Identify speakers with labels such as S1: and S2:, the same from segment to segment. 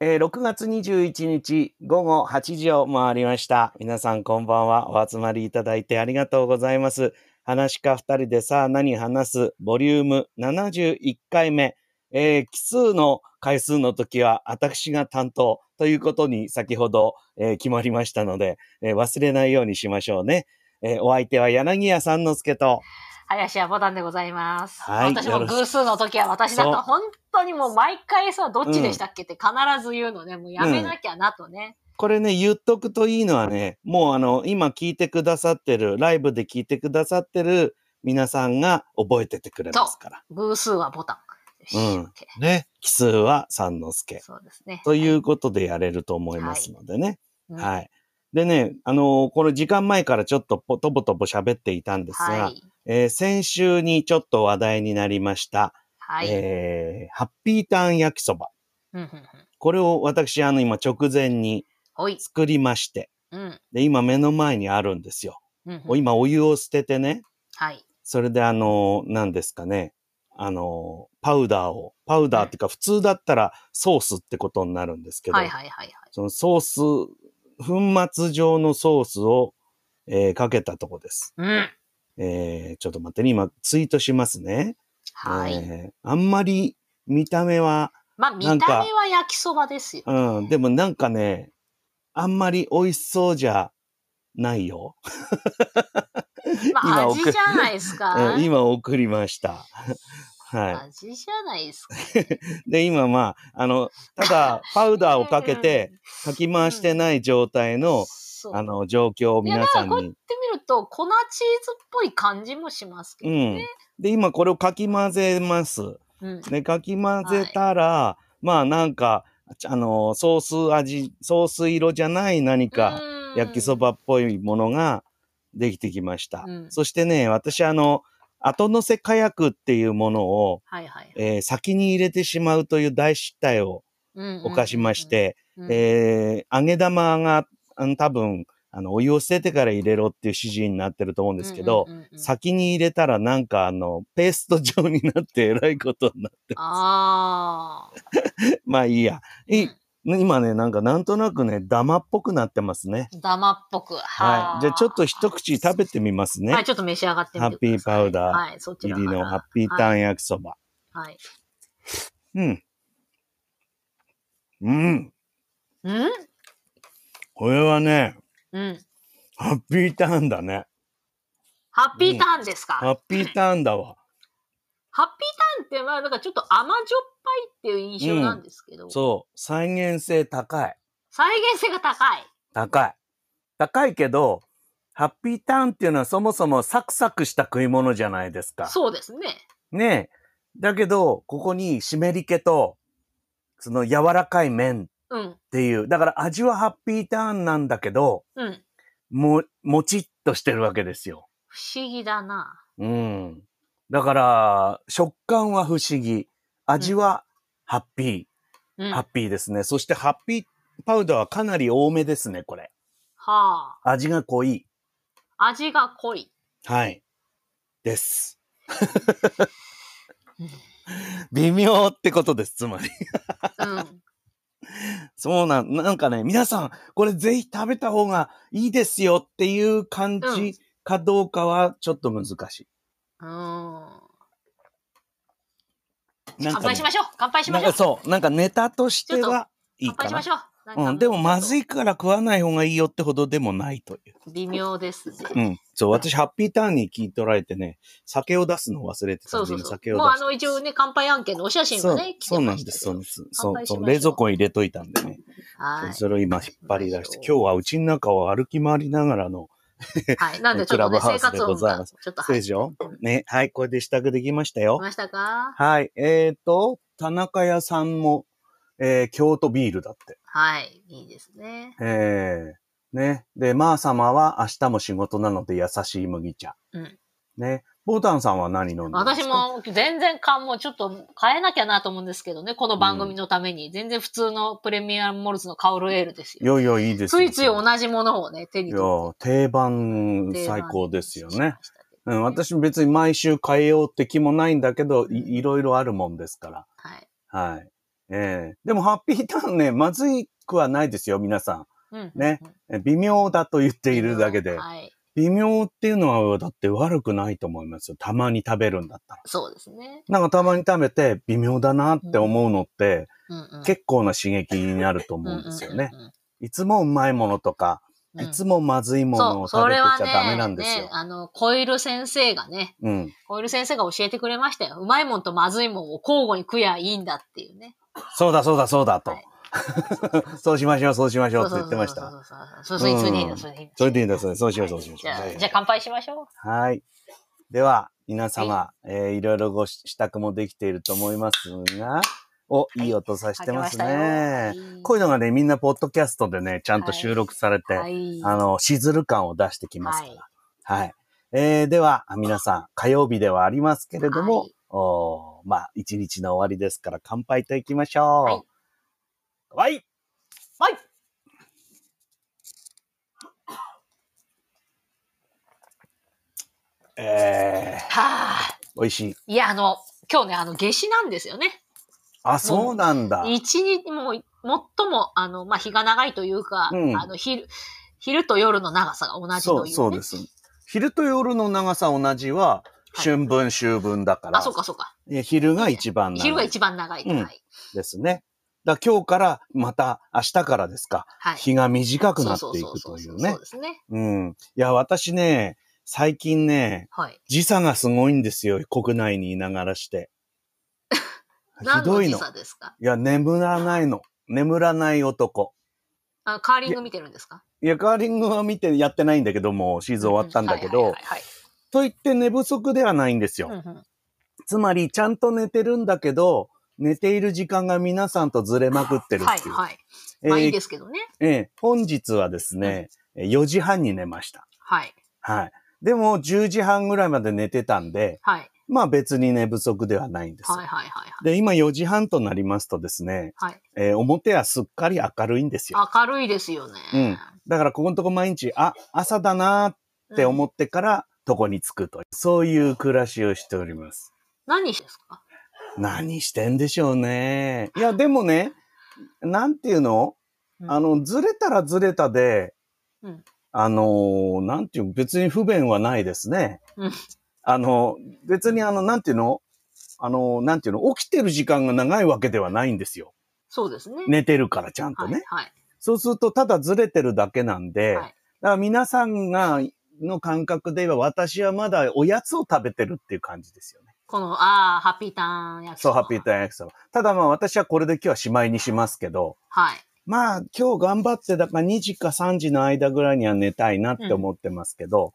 S1: えー6月21日午後8時を回りました。皆さんこんばんは。お集まりいただいてありがとうございます。話し家2人でさあ何話すボリューム71回目。えー奇数の回数の時は私が担当ということに先ほど、えー決まりましたので、えー忘れないようにしましょうね。えーお相手は柳家三之助と。
S2: 林家ボタンでございます。
S1: はい
S2: 私も偶数の時は私だっ
S1: よろ
S2: た。
S1: し
S2: 本当にもう毎回さ、どっちでしたっけって必ず言うのね。もうやめなきゃなとね。
S1: これね、言っとくといいのはね、もうあの、今聞いてくださってる、ライブで聞いてくださってる皆さんが覚えててくれますから。
S2: 偶数はボタン。よし
S1: うん
S2: OK
S1: ね。奇数は三之助。
S2: そうですね。
S1: ということでやれると思いますのでね。
S2: うん、
S1: はい。でね、あのーこの時間前からちょっとぽとぼとぼ喋っていたんですが、
S2: はい。
S1: えー先週にちょっと話題になりました、
S2: はい。
S1: えーハッピーターン焼きそば。
S2: うんうんうん。
S1: これを私、あの、今直前に
S2: おい。
S1: 作りまして、
S2: うん。
S1: で、今目の前にあるんですよ。
S2: うん
S1: お
S2: うん。
S1: 今お湯を捨ててね、
S2: はい。
S1: それであの、何ですかね、あの、パウダーを、パウダーっていうか普通だったらソースってことになるんですけど、
S2: はいはいはいはい。
S1: そのソース、粉末状のソースを、えーかけたとこです。
S2: うん。
S1: えーちょっと待ってね、今ツイートしますね。
S2: はい。
S1: えーあんまり見た目は、
S2: まあ、見
S1: なんか
S2: た目は焼きそばですよ。
S1: うん、でもなんかね、あんまり美味しそうじゃないよ。
S2: まあ、
S1: 今
S2: 味じゃないです か
S1: う。ん今送りました。 はい。
S2: 味じゃないですか。
S1: で、今まあ、あの、ただ、パウダーをかけ て、かき回してない状態の、
S2: そう、
S1: あの、状況を皆さん
S2: いやなん
S1: に。
S2: ってみると粉チーズっぽい感じもしますけ
S1: う
S2: ど
S1: ん
S2: ね。。
S1: で、今これをかき混ぜます。
S2: うん。
S1: で、かき混ぜたら、まあ、なんか、あの、ソース味、ソース色じゃない何か、
S2: うん
S1: 焼きそ。ばっぽいものができてきました。
S2: うん
S1: そしてね、私、あの、後乗せ火薬っていうものを、
S2: はいはい。
S1: えー先に入れてしまうという大失態を犯しまして、
S2: うん、
S1: えー揚げ玉が、あの多分、あの、お湯を捨ててから入れろっていう指示になってると思うんですけど、
S2: うんうんうんうん
S1: 先に入れたらなんかあの、ペースト状になってえらいことになって、
S2: ああ。
S1: まあいいや。い
S2: うん
S1: 今ね、なんかなんとなくね、ダマっぽくなってますね。
S2: ダマっぽく。
S1: はい。じゃあちょっと一
S2: 口
S1: 口食べてみますね。
S2: はい、ちょっと召し上がってみてください。
S1: ハッピーパウダー
S2: はい、そち
S1: 入
S2: ら
S1: り
S2: から
S1: のハッピーターン焼きそば。
S2: はい。
S1: うん。うん。
S2: うん
S1: これはね、
S2: うん。
S1: ハッピーターンだね。
S2: ハッピーターンですか、
S1: ハッピーターンだわ。
S2: ハッピーターンって、まあ、なんかちょっと甘じょっぱいっていう印象なんですけど、
S1: そう。再現性高い。
S2: 再現性が高い。
S1: 高い。高いけど、ハッピーターンっていうのはそもそもサクサクした食い物じゃないですか。
S2: そうですね。
S1: ねえ。だけど、ここに湿り気と、その柔らかい麺っ
S2: うん、
S1: ていう。だから味はハッピーターンなんだけど、
S2: うん。
S1: も、もちっとしてるわけですよ。
S2: 不思議だな。
S1: うん。だから、食感は不思議。味はハッピ
S2: う
S1: ー。
S2: ん。
S1: ハッ
S2: は
S1: ピーですね。そしてハッピーパウダーはかなり多めですね、これ。
S2: あ。
S1: 味が濃い。
S2: 味が濃い。
S1: はい。です。
S2: うん
S1: 微妙ってことです、つまり。
S2: うん。
S1: そうなん、なんかね、皆さん、これぜひ食べた方がいいですよっていう感
S2: うん
S1: じかどうかはちょっと難し
S2: うん。
S1: い。なん
S2: 乾
S1: かね、
S2: 杯しましょう乾杯しま
S1: なん
S2: しょ
S1: かそ
S2: う
S1: う、なんかネタとして
S2: ちょっ
S1: はいい
S2: 乾
S1: か
S2: 杯し
S1: な
S2: まし。ょうなんか
S1: うん、でもまず
S2: い。
S1: いから食わない方がいいよってほどでもないという。
S2: 微妙ですね。
S1: うん。そう、私、ハッピーターンに聞いとられてね、酒を出すの忘れてた
S2: そ
S1: ん
S2: う
S1: で、
S2: そう
S1: 今
S2: そう
S1: 酒。を
S2: もう
S1: 出
S2: あ
S1: して
S2: の一応ね、乾杯案件のお写真
S1: そ
S2: が
S1: う
S2: ね、来
S1: そ
S2: て
S1: うな
S2: ま
S1: ん
S2: し
S1: で
S2: た
S1: す、
S2: け
S1: そう
S2: ど
S1: なんです。そう、
S2: 乾杯し
S1: そ
S2: まし
S1: う
S2: ょう
S1: 冷蔵庫に入れといたんでね。
S2: はい
S1: それを今引っ張り出して、
S2: 乾杯しましょ
S1: 今日はうちの中を歩き回りながらの、
S2: はい。なんでちょっ
S1: クラ
S2: とね、
S1: ブハウ
S2: 生
S1: スで
S2: 活
S1: ご
S2: 音
S1: ざいま
S2: が
S1: す
S2: ちょっと
S1: そう
S2: 入
S1: で
S2: って
S1: しょね、はい、これで支度できましたよ。
S2: ましたか
S1: はい、えーと、田中屋さんも、えー京都ビールだって。
S2: はい。いいですね。
S1: えー、ね。で、まー様は明日も仕事なので優しい麦茶。
S2: うん
S1: ね。ボタンさんは何飲んだんです
S2: 私
S1: か
S2: も全然缶もちょっと変えなきゃなと思うんですけどね、この番組のために。全然普通のプレミアムモルツのカオルエールです
S1: い
S2: よ。
S1: やいや、いいです
S2: つ
S1: よ
S2: いつい同じものをね、手に
S1: い
S2: 取っ
S1: や、定番
S2: て。
S1: 最高ですよね。。うん、私
S2: 私
S1: 別に毎週変えようって気もないんだけど、いいろいろあるもんですから。
S2: はい。
S1: はい。ええでもハッピーターンね、まずいくはないですよ、皆さ
S2: うん。
S1: ね
S2: う
S1: ん。
S2: ん。
S1: え微妙だと言っているだけで。
S2: はい。
S1: 微妙っていうのは、だって悪くないと思いますよ。たまに食べるんだったら。
S2: そうですね。
S1: なんかたまに食べて微妙だなって思うのって、
S2: うんうん。
S1: 結構な刺激になると思うんですよね。
S2: うんうんうん
S1: いつもうまいものとか、
S2: うん。
S1: いつもまずいものを食べてちゃダメなんです
S2: ね
S1: よ。
S2: あの、コイル先生がね、
S1: うん。
S2: コイル先生が教えてくれましたよ。うまいもんとまずいもんを交互に食やいいんだっていうね。
S1: そうだそうだそうだと
S2: は。い
S1: そうしましょう、そうしましょうって言ってまし
S2: そ
S1: た。
S2: うそうそうそう。そうそうそれでいいの、それでいいの。
S1: それでいいんだ、それ。そうしましょう、そうし
S2: じ
S1: ましょ
S2: ゃ
S1: う
S2: あ、。じゃあ乾杯しましょう。
S1: はい。では、皆様、いえーいろいろご支度もできていると思いますが、お、いい音さしてますね。
S2: はい
S1: こういうのがね、みんなポッドキャストでね、ちゃんと収録されて、
S2: はい。
S1: あの、しずる感を出してきますから。はい。えーでは、皆さん、火曜日ではありますけれども、
S2: はい
S1: おーまあ、一日の終わりですから、乾杯といきましょう。はい。
S2: はい。
S1: えー、
S2: はあ。
S1: 美味しい。
S2: いや、あの、今日ね、あの、夏至なんですよね。
S1: あ、そうなんだ。
S2: 一日、もう、最も、あの、まあ、日が長いというか、
S1: うん
S2: あの、昼、昼と夜の長さが同じという、
S1: そう、
S2: ね。
S1: そうです。昼と夜の長さ同じは、
S2: はい
S1: 春分、秋分だから、
S2: あ、そうか、そうか。
S1: え昼が一番
S2: 昼
S1: 長
S2: が
S1: い
S2: 一番長い。
S1: うん
S2: はい。
S1: ですね。だから今日からまた明日からですか、
S2: はい。
S1: 日が短くなっ
S2: そう
S1: てい
S2: そう
S1: く
S2: そ
S1: と
S2: う
S1: い
S2: そうう
S1: ね
S2: そう。ですね。
S1: うん。いや、私ね、最近ね、
S2: はい。
S1: 時差がすごいんですよ。国内にいながらして。ひ
S2: 何
S1: ど
S2: の
S1: い
S2: 時
S1: の。い
S2: 差ですか
S1: や、眠らないの。眠らない男。
S2: あカーリング見てるんですか
S1: いや、カーリングは見てやってないんだけど、もうシーズン終わったんだけ
S2: う
S1: ど
S2: はい、はい
S1: と言って寝不足ではないんですよ。
S2: はいはいうんうん
S1: つまり、ちゃんと寝てるんだけど、寝ている時間が皆さんとずれまくってる
S2: はい
S1: っていう。
S2: はい。
S1: えー
S2: まあいいですけどね。
S1: ええ本日はですね、えー4時半に寝ました。
S2: はい。
S1: はい。でも、10時半ぐらいまで寝てたんで、
S2: はい。
S1: まあ別に寝不足ではないんです。
S2: はいはいはいはい。
S1: で、今4時半となりますとですね、
S2: はい。
S1: えー表はすっかり明るいんですよ。
S2: 明るいですよね。
S1: うんだから、ここのとこ毎日、あ、朝だなーって思
S2: うん
S1: ってから、床に着くという、そういう暮らしをしております。
S2: 何してですか
S1: 何してんでしょうね。いや、でもね、なんていうのあ、の、ずれたらずれたで、
S2: うん
S1: あのー、なんていう、別に不便はないですね。
S2: うん
S1: あの、別にあの、なんていうのあのー、なんていうの起きてる時間が長いわけではないんですよ。
S2: そうですね。
S1: 寝てるからちゃんと
S2: は
S1: ね。
S2: いはい。
S1: そうすると、ただずれてるだけなんで、
S2: はい
S1: だから皆さんが、の感覚で言えば、私はまだおやつを食べてるっていう感じですよね。
S2: この、ああ、ハッピーターン役
S1: そう、ハッピーターン焼きそば。ただまあ私はこれで今日はしまいにしますけど、
S2: はい。
S1: まあ今日頑張って、だから2時か3時の間ぐらいには寝たいなって思ってますけど、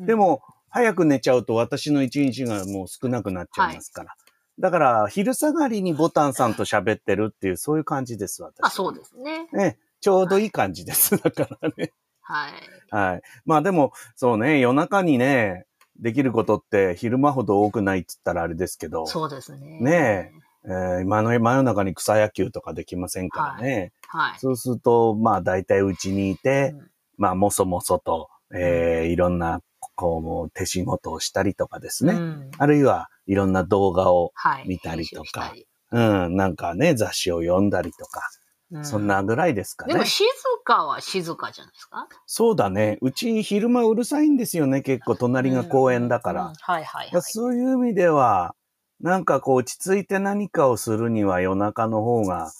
S2: うん
S1: で、も早く寝ちゃうと私の一日がもう少なくなっちゃいますから。だから昼下がりにボタンさんと喋ってるっていうそういう感じです、私。
S2: まあそうですね。
S1: ね。ちょうどいい感じです。だからね。
S2: はい。
S1: はい。まあでも、そうね、夜中にね、できることって昼間ほど多くないって言ったらあれですけど。
S2: そうですね。
S1: ねえー今の真夜中に草野球とかできませんからね。
S2: はい。
S1: そうすると、まあ大体うちにいて、
S2: うん
S1: まあもそもそと、えーいろんな、こう、もう手仕事をしたりとかですね。
S2: うん
S1: あるいはいろんな動画を、
S2: はい。
S1: 見たりとか
S2: 編集したり
S1: うん、なんかね、雑誌を読んだりとか、
S2: う
S1: そんなぐらいですか
S2: で
S1: ね。
S2: も静かは静かじゃないですか
S1: そうだね。うち昼間うるさいんですよね、結構隣が公園だから。
S2: うんうんはいは
S1: だか
S2: いは
S1: ら
S2: い。
S1: そういう意味では、なんかこう落ち着いて何かをするには夜中の方が、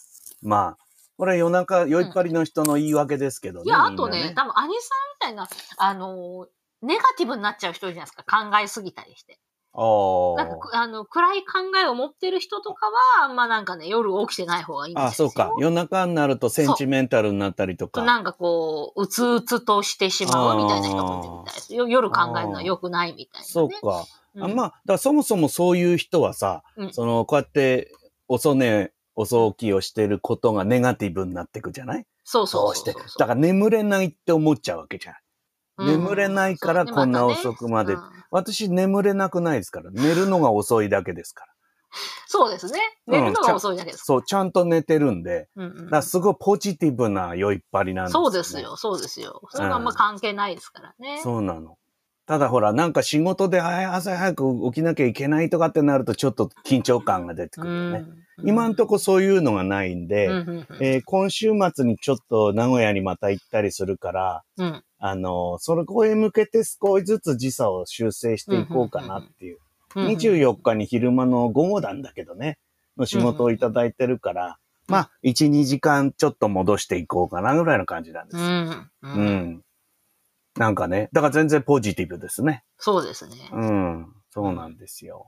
S1: まあ、これは夜中、酔いっぱりの人の言い訳ですけどね。
S2: いや、あ
S1: みんな
S2: とね、多分、アニさんみたいな、あのー、ネガティブになっちゃう人いるじゃないですか。考えすぎたりして。なんか、
S1: あ
S2: くあの、暗い考えを持ってる人とかは、あんまなんかね、夜起きてない方がいいんです
S1: あ。
S2: よ。
S1: あ、そうか。夜中になるとセンチメンタルになったりとか。
S2: なんかこう、うつうつとしてしまうみたいな人もいるみたいです。よ夜考えるのは良くないみたいな、ね。
S1: そうか。
S2: うん
S1: あまあ、だからそもそもそういう人はさ、
S2: うん
S1: その、こうやって、遅寝、遅起きをしてることがネガティブになってくじゃない
S2: そう
S1: そ
S2: そうう
S1: し
S2: そう
S1: て
S2: そう。。
S1: だから眠れないって思っちゃうわけじゃん。
S2: うん
S1: 眠れないからこんな遅くまで
S2: そうねたねうん
S1: 私眠れなくないですから。寝るのが遅いだけですから。
S2: そうですね。
S1: うん
S2: 寝るのが遅いだけです。
S1: そう、ちゃんと寝てるんで、
S2: うんうん
S1: だからすごいポジティブな酔いっぱりなんですよ、
S2: そうです。よ、そうですよ。それがあんま関係ないですからね。
S1: そうなの。ただほら、なんか仕事であい朝早く起きなきゃいけないとかってなると、ちょっと緊張感が出てくるよね。
S2: うん
S1: 今んとこそういうのがないんで、
S2: うんうんうん
S1: えー今週末にちょっと名古屋にまた行ったりするから、
S2: うん
S1: あの、そこへ向けて少しずつ時差を修正していこうかなっていう。
S2: うん
S1: 24日に昼間の午後なんだけどね、の仕事をいただいてるから、
S2: うん
S1: まあ、1、2時間ちょっと戻していこうかなぐらいの感じなんで
S2: う
S1: す。
S2: んう
S1: うんん。なんかね、だから全然ポジティブですね。
S2: そうですね。
S1: うん、そうなんですよ。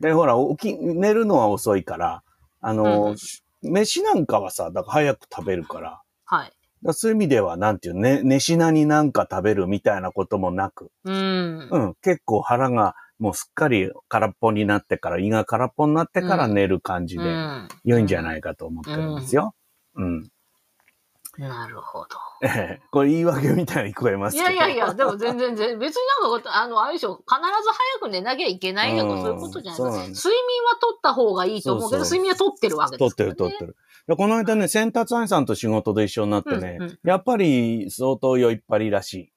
S1: で、ほら、起き、寝るのは遅いから、あ
S2: うんう
S1: の、
S2: ん
S1: し飯なんかはさ、だから早く食べるから、だか
S2: はい。
S1: らそういう意味では、なんていうの、ね、寝品になんか食べるみたいなこともなく、
S2: うん
S1: う。ん、結構腹がもうすっかり空っぽになってから、胃が空っぽになってから
S2: うん
S1: 寝る感じで、
S2: うん
S1: 良いんじゃないかと思ってるんですよ。うん。
S2: なるほど。
S1: ええこれ言い訳みたいに聞こえます
S2: い
S1: け
S2: や
S1: ど。
S2: いやいや、でも全然全然、別になんか、あの、あれでしょ、必ず早く寝なきゃいけないと
S1: う
S2: か、
S1: ん
S2: そういうことじゃない
S1: そう
S2: です
S1: な
S2: か。
S1: んです
S2: 睡眠は取った方がいいと思うけど、
S1: そうそう
S2: 睡眠は取ってるわけで
S1: 撮っ
S2: す
S1: て
S2: から、ね
S1: る。撮ってる。でこの間ね、先達愛さんと仕事で一緒になってね、
S2: うんうん
S1: やっぱり相当酔いっぱりらしい。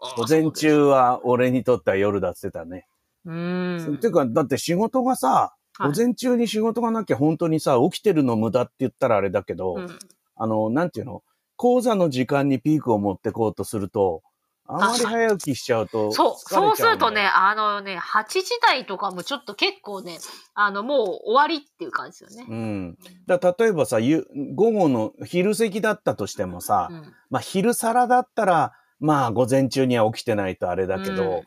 S2: ああ
S1: 午前。中は俺にとっては夜だって言ってたね。
S2: そうですうん
S1: て。いうか、だって仕事がさ、
S2: はい
S1: 午前中に仕事がなきゃ本当にさ、起きてるの無駄って言ったらあれだけど、
S2: うん
S1: あの、なんていうの講座の時間にピークを持ってこうとすると、あまり早起きしちゃうと疲れちゃう
S2: そう、そうすると
S1: んだ
S2: ね、
S1: よ。
S2: あのね、8時台とかもちょっと結構ね、あの、もう終わりっていう感じですよね。
S1: うん。だから例えばさ、ゆ午後の昼席だったとしてもさ、
S2: うん
S1: まあ、昼皿だったら、まあ、午前中には起きてないとあれだけど、、
S2: うん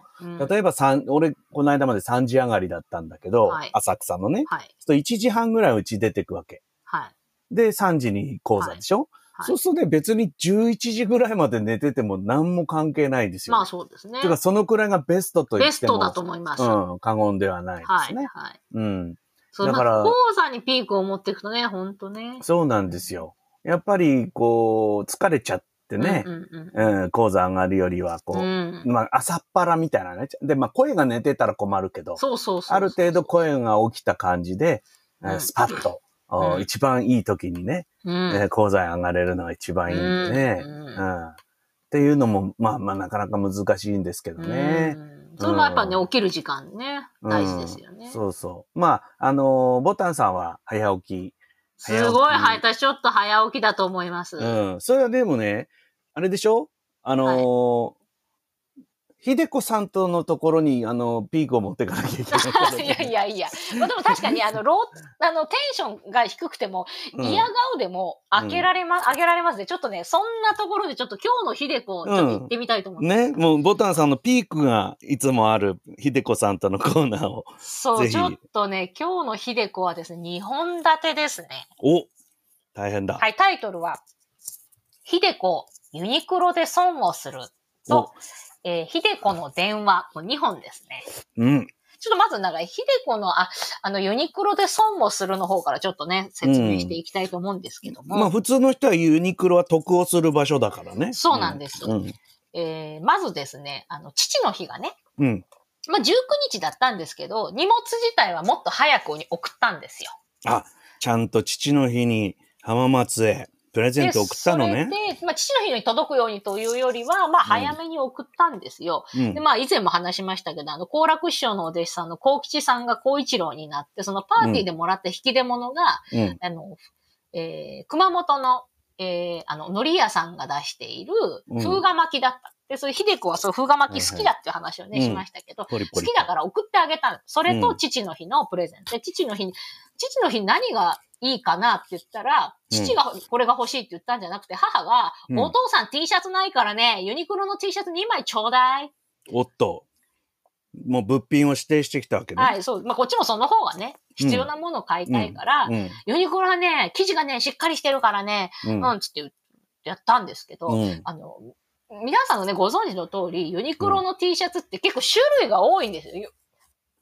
S1: 例えば三俺、この間まで3時上がりだったんだけど、
S2: はい
S1: 浅草のね。
S2: はい、
S1: そう1時半ぐらいうち出てくわけ。
S2: はい、
S1: で、3時に講座でしょ、
S2: はい
S1: そうするとね、別に11時ぐらいまで寝てても何も関係ないですよ、ね。
S2: まあそうですね
S1: て。か、そのくらいがベストと言
S2: ベ
S1: っ
S2: ス
S1: ても。
S2: トだと思います。
S1: うん、過言ではないで
S2: は
S1: す
S2: い、
S1: ね。
S2: はい。
S1: うん。
S2: そう、
S1: だから
S2: まあ講座にピークを持っていくとね、ほんとね。
S1: そうなんですよ。やっぱり、こう、疲れちゃってね
S2: う、んうん
S1: うん、講座上がるよりは、こ
S2: う
S1: う、
S2: ん。うん
S1: まあ、朝っぱらみたいなね。で、まあ、声が寝てたら困るけど、
S2: そうそうそう。
S1: ある程度、声が起きた感じで、えー
S2: うん
S1: スパッと、お
S2: うん
S1: 一番いい時にね、
S2: うん、
S1: えー講座に上がれるのが一番いいんでね。
S2: う
S1: うんんっていうのも、まあまあ、なかなか難しいんですけどね。
S2: うんそれもやっぱね、
S1: うん
S2: 起きる時間ね、
S1: うん
S2: 大事ですよね。
S1: そうそう。まあ、あのーボタンさんは早起き。
S2: すごい、
S1: 早
S2: は
S1: 起
S2: い、私ちょっと早起きだと思います。
S1: うん。それはでもね、あれでしょあのひでこさんとのところに、あのピークを持っていかなきゃいけないからね。
S2: いやいやいや、まあ、でも確かにあのローあのテンションが低くても、
S1: うん
S2: 嫌顔でも開けられま、上げられますね。ちょっとね、そんなところでちょっと今日のひでこ、ちょっと行ってみたいと思います。
S1: ね、もうボタンさんのピークがいつもあるひでこさんとのコーナーを。
S2: そ
S1: ぜ
S2: う、
S1: ひ
S2: ちょっとね、今日のひでこはですね、2本立てですね。
S1: お大変だ。
S2: はい、タイトルは、ひでこ、ユニクロで損をすると、えー、ひでこの電話、これ2本ですね。
S1: うん。
S2: ちょっとまずなんか、ひでこの、あ、あの、ユニクロで損をするの方からちょっとね、説明していきたいと思うんですけども。
S1: まあ普通の人はユニクロは得をする場所だからね。
S2: そうなんです
S1: うん。うん
S2: えーまずですね、あの、父の日がね、
S1: うん。
S2: まあ、19日だったんですけど、荷物自体はもっと早くに送ったんですよ。
S1: あ、ちゃんと父の日に浜松へプレゼント送ったのね
S2: で。それで、まあ、父の日に届くようにというよりは、まあ、早めに送ったんですよ。
S1: うん
S2: で、まあ、以前も話しましたけど、あの、好楽師匠のお弟子さんの幸吉さんが幸一郎になって、そのパーティーでもらった引き出物が、
S1: うん。
S2: あの、えー熊本の、えーあの、のり屋さんが出している
S1: うん
S2: 風画巻きだった。で、それ、秀子はそう、風画巻き好きだっていう話を
S1: は
S2: ね、
S1: いはい
S2: しましたけど、
S1: ポリポ
S2: 好
S1: リ。
S2: きだから送ってあげたの。それ
S1: う
S2: と
S1: ん
S2: 父の日のプレゼント。で、父の日に、父の日何がいいかなって言ったら、
S1: うん
S2: 父がこれが欲しいって言ったんじゃなくて、母が、
S1: うん
S2: お父さん T シャツないからね、ユニクロの T シャツ2枚ちょうだい。
S1: おっと。もう物品を指定してきたわけね。
S2: はい、そう。まあ、こっちもその方がね、必要なものを買いたいから、
S1: うん。
S2: ユニクロはね、生地がね、しっかりしてるからね、
S1: うん。
S2: うん、つってやったんですけど、
S1: うん
S2: あの、皆さんのね、ご存知の通り、ユニクロの T シャツって結構種類が多いんですよ。よ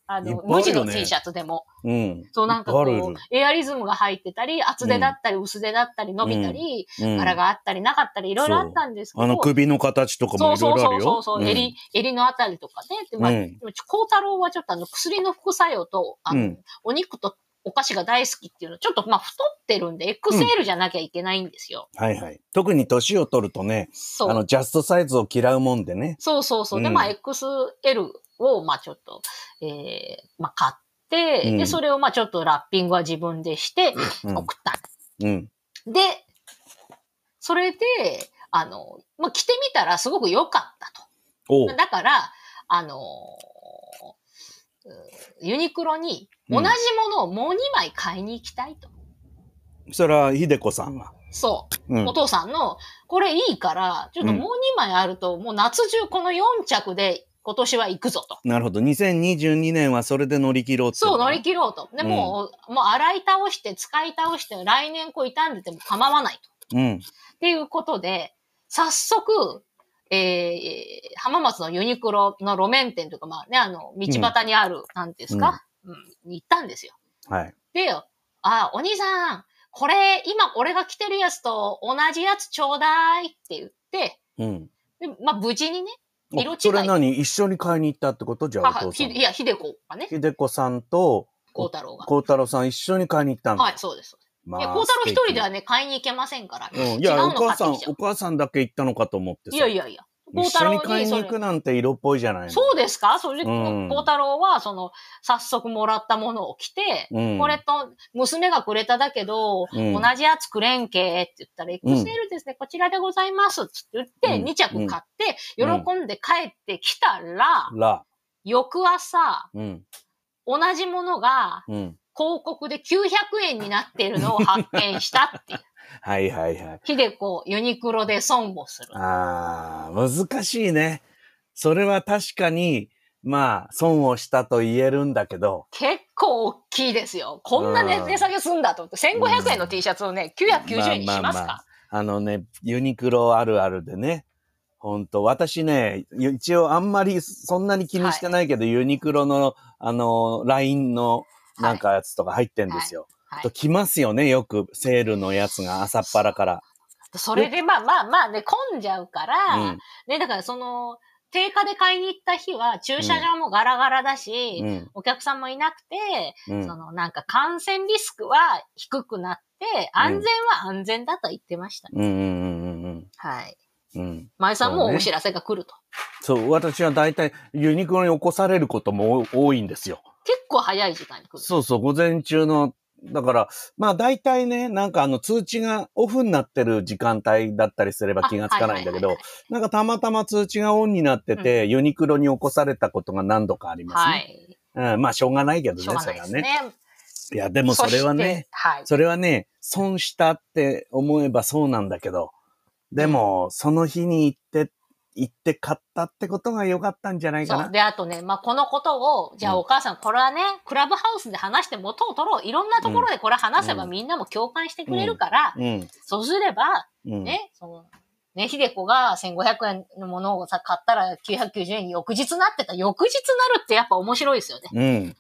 S2: あ
S1: いっ
S2: の、
S1: ぱいあ
S2: 無
S1: る
S2: 地
S1: よね
S2: の T シャツでも。
S1: うん。
S2: そうなんか
S1: い
S2: こ
S1: っぱいあるいうる、
S2: エアリズムが入ってたり、厚手だったり、薄手だったり、伸びたり、
S1: うん
S2: 柄があったり、なかったり、いろいろあったんですけど。
S1: あの首の形とか
S2: そ
S1: も
S2: う
S1: いろい
S2: そ
S1: うろあ
S2: そ
S1: る
S2: う
S1: よ。
S2: そうそう、
S1: ん
S2: 襟、襟のあたりとかね。で、まあ、
S1: う
S2: うんでもちょ孝太郎はちょっとあの、薬の副作用と、あの、
S1: うん
S2: お肉とお菓子が大好きっていうのは、ちょっとまあ太ってるんで、XL じゃなきゃいけないんですよ。
S1: はいはい。特に年を取るとね、
S2: そ
S1: あ
S2: う
S1: の、。ジャストサイズを嫌うもんでね。
S2: そうそうそう。
S1: う
S2: で、
S1: ん
S2: まあ、XL を、まあ、ちょっと、えーまあ、買って、
S1: う
S2: で、
S1: ん
S2: それを、まあ、ちょっとラッピングは自分でして、
S1: うん
S2: 送った。
S1: うん。
S2: で、それで、あの、まあ、着てみたらすごく良かった
S1: おう
S2: と。だから、あのーうんユニクロに同じものをもう2枚買いに行きたいと。
S1: それは、ひでこさんが。
S2: そう。
S1: うん
S2: お。父さんの、これいいから、ちょっともう2枚あると、もう夏中この4着で今年は行くぞと。
S1: なるほど。2022年はそれで乗り切ろうってい
S2: そう、
S1: の
S2: 乗
S1: が
S2: り切ろうと。で、もう、もう洗い倒して、使い倒して、来年こう傷んでても構わないと。
S1: うん。
S2: っていうことで、早速、えー、浜松のユニクロの路面店というか、まあね、あの、道端にある、なんていうんですか、うん、に行ったんですよ。
S1: はい。
S2: で、あ、お兄さん、これ、今俺が着てるやつと同じやつちょうだいって言って、
S1: うん。
S2: でまあ無事にね、
S1: お
S2: 色違い
S1: それ何一緒に買いに行ったってことじゃあ、
S2: 母
S1: お父さん
S2: ひ。いや、秀子がね、
S1: ひでこさんと、
S2: 孝太郎が。
S1: 孝太郎さん一緒に買いに行ったの。
S2: はい、そうです。
S1: ま
S2: いや孝太郎一人では
S1: ね。
S2: ね、買いに行けませんから。
S1: うん。い
S2: 違う
S1: や、お
S2: の買
S1: 母
S2: って
S1: さん
S2: き、ちゃ
S1: お
S2: う。
S1: 母さんだけ行ったのかと思ってさ。
S2: いやいやいや。
S1: 一緒に
S2: 孝太郎
S1: 買い
S2: に
S1: に
S2: それ
S1: 行くなんて色っぽいじゃないの。
S2: そうですかそれで、
S1: うん
S2: 孝太郎は、その、早速もらったものを着て、
S1: うん。
S2: これと、娘がくれただけど、
S1: うん
S2: 同じやつくれんけって言ったら、XL ですね、こちらでございますって言って、
S1: うん
S2: 2着買って、喜んで帰ってきたら、
S1: ら。
S2: 翌朝、
S1: うん。
S2: 同じものが、
S1: うん。
S2: 広告で900円になっているのを発見した っていう。
S1: はいはいはい。
S2: ひでこ、ユニクロで損をする。
S1: あー、難しいね。それは確かに、まあ、損をしたと言えるんだけど、
S2: 結構大きいですよ。こんな値
S1: うん
S2: 値下げすんだと思って、1500円の T シャツをね、990円にしますか。
S1: あのね、ユニクロあるあるでね、ほんと、私ね、一応あんまりそんなに気にしてないけど、ユニクロの、あの、LINE のなんかやつとか入ってんですよ。
S2: はいはい
S1: と来ますよね、よく、セールのやつが朝っぱらから。
S2: それでまあまあまあね、混んじゃうから、
S1: うん
S2: ね、だからその、定価で買いに行った日は駐車場もガラガラだし、
S1: うん。
S2: お客さんもいなくて、
S1: うん
S2: そ。のなんか感染リスクは低くなって、安全は安全だと言ってましたね。
S1: うんうんうんうん
S2: はい。
S1: うん。うん。
S2: 前さん
S1: そう
S2: も
S1: ね
S2: お知らせが来ると。
S1: そう、私は大体ユニクロに起こされることも多いんですよ。
S2: 結構早い時間に来る。
S1: そうそう、午前中の、だから、まあ大体ね、なんかあの通知がオフになってる時間帯だったりすれば気がつかないんだけ
S2: あは
S1: ど
S2: い、
S1: なんかたまたま通知がオンになってて、ユニクロに起こされたことが何度かあります
S2: は
S1: ね。
S2: い。
S1: うん、まあしょうがないけどね、
S2: しょうが
S1: そ
S2: ない
S1: れ
S2: で
S1: は
S2: すね。
S1: ね。いや、でもそれは
S2: し
S1: ね
S2: て、はい。
S1: それはね、損したって思えばそうなんだけど、でも、その日に行って、行って買ったってことが良かったんじゃないか
S2: そう。
S1: な。
S2: で、あとね、まあ、このことを、じ
S1: う
S2: ゃあ
S1: ん
S2: お母さん、これはね、クラブハウスで話して元を取ろう。いろんなところでこれ話せば
S1: うん
S2: みんなも共感してくれるから、
S1: うん。
S2: そうすれば、
S1: うん。
S2: ね、その、ね、ひでこが1500円のものをさ、買ったら990円に翌日なってた。翌日なるってやっぱ面白いですよね。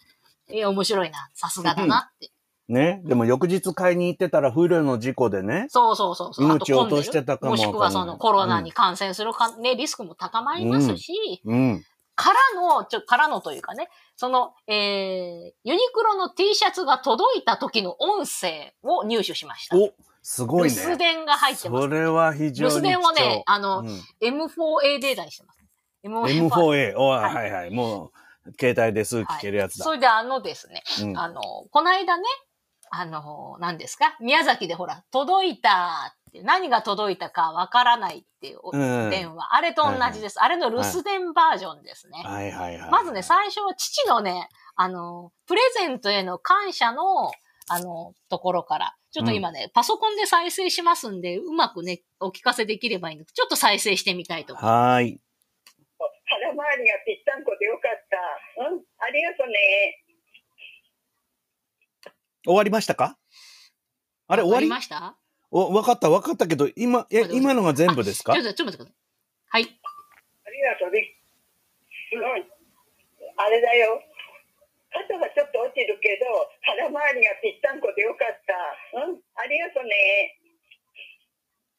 S1: うん。
S2: え面白いな。さすがだなって。
S1: ね。でも翌日買いに行ってたら不慮の事故でね。
S2: そうそうそうそう。あ
S1: 命を落としてたかも
S2: もしくはそ
S1: わかんな
S2: の
S1: い
S2: コロナに感染するか、ね、リスクも高まりますし、
S1: うん。
S2: からの、ちょ、からのというかね、その、えー、ユニクロの T シャツが届いた時の音声を入手しました。
S1: おすごいね。
S2: 留守電が入ってます。
S1: それは非
S2: 留
S1: 常に貴重。
S2: 守電をね、あの、
S1: うん、
S2: M4A データにしてます。は
S1: M4A。おい
S2: はい
S1: はいはい。もう、携帯ですぐ聞けるやつだ。
S2: それであのですね、
S1: うん
S2: あの、こないだね、あの、何ですか宮崎でほら、届いたって、何が届いたかわからないっていうお
S1: うん
S2: 電話、あれと同じです。あれの留守電バージョンですね。
S1: はいはいはい。
S2: まずね、最初は父のね、あの、プレゼントへの感謝の、あの、ところから、ちょっと今ね、パソコンで再生しますんで、うまくね、お聞かせできればいいんで、ちょっと再生してみたいと思います。
S1: はーい。
S3: 腹回りがぴったんこでよかった。うん、ありがとね。
S1: 終わりましたかあれ終わり
S2: ました
S1: お、わかったわかったけど、今、え
S2: これ、で
S1: 今のが全部ですか
S2: ちょっと、ちょっと待ってください。はい。
S3: ありがとね。うん、あれだよ。肩がちょっと落ちるけど、腹回りがぴったんこでよかった。うん、ありがとね。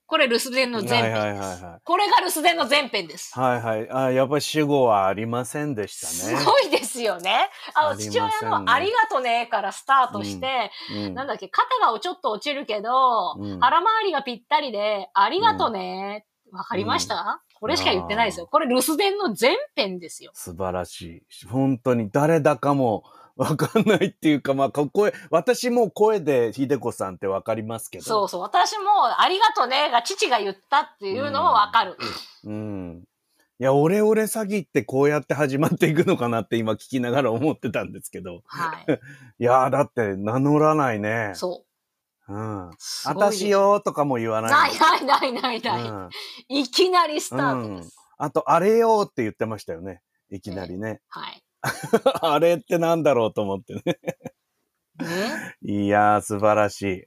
S2: これ留守電の前
S1: はいはい
S2: 編
S1: はい
S2: です。
S1: は
S2: これが留守電の前編です。
S1: い。はいはい。あやっぱり主語はありませんでした
S2: す
S1: ね。
S2: ごいですよね。あ
S1: あ
S2: の、
S1: りませんね
S2: 父親のありがとねからスタートして、
S1: うん
S2: なんだっけ、肩がちょっと落ちるけど、
S1: うん
S2: 腹回りがぴったりで、ありがとね。わ、かりました、これしか言ってないですよ。これ留守電の前編ですよ。
S1: 素晴らしい。本当に誰だかもわかんないっていうか、まあ、こ声、私も声で秀子さんってわかりますけど。
S2: そうそう。私も、ありがとねが父が言ったっていうのもわかる。
S1: うん。いや、オレオレ詐欺ってこうやって始まっていくのかなって今聞きながら思ってたんですけど。
S2: はい。
S1: いやー、だって名乗らないね。
S2: そう。
S1: うん。
S2: す
S1: あ
S2: ごい
S1: た
S2: です
S1: し。よーとかも言わない。
S2: ないないないないない。
S1: うん。
S2: いきなりスタートです。
S1: あと、あれよーって言ってましたよね。いきなりね。
S2: はい。
S1: あれってなんだろうと思ってね。
S2: ね。
S1: いやー、素晴らしい。
S2: はい。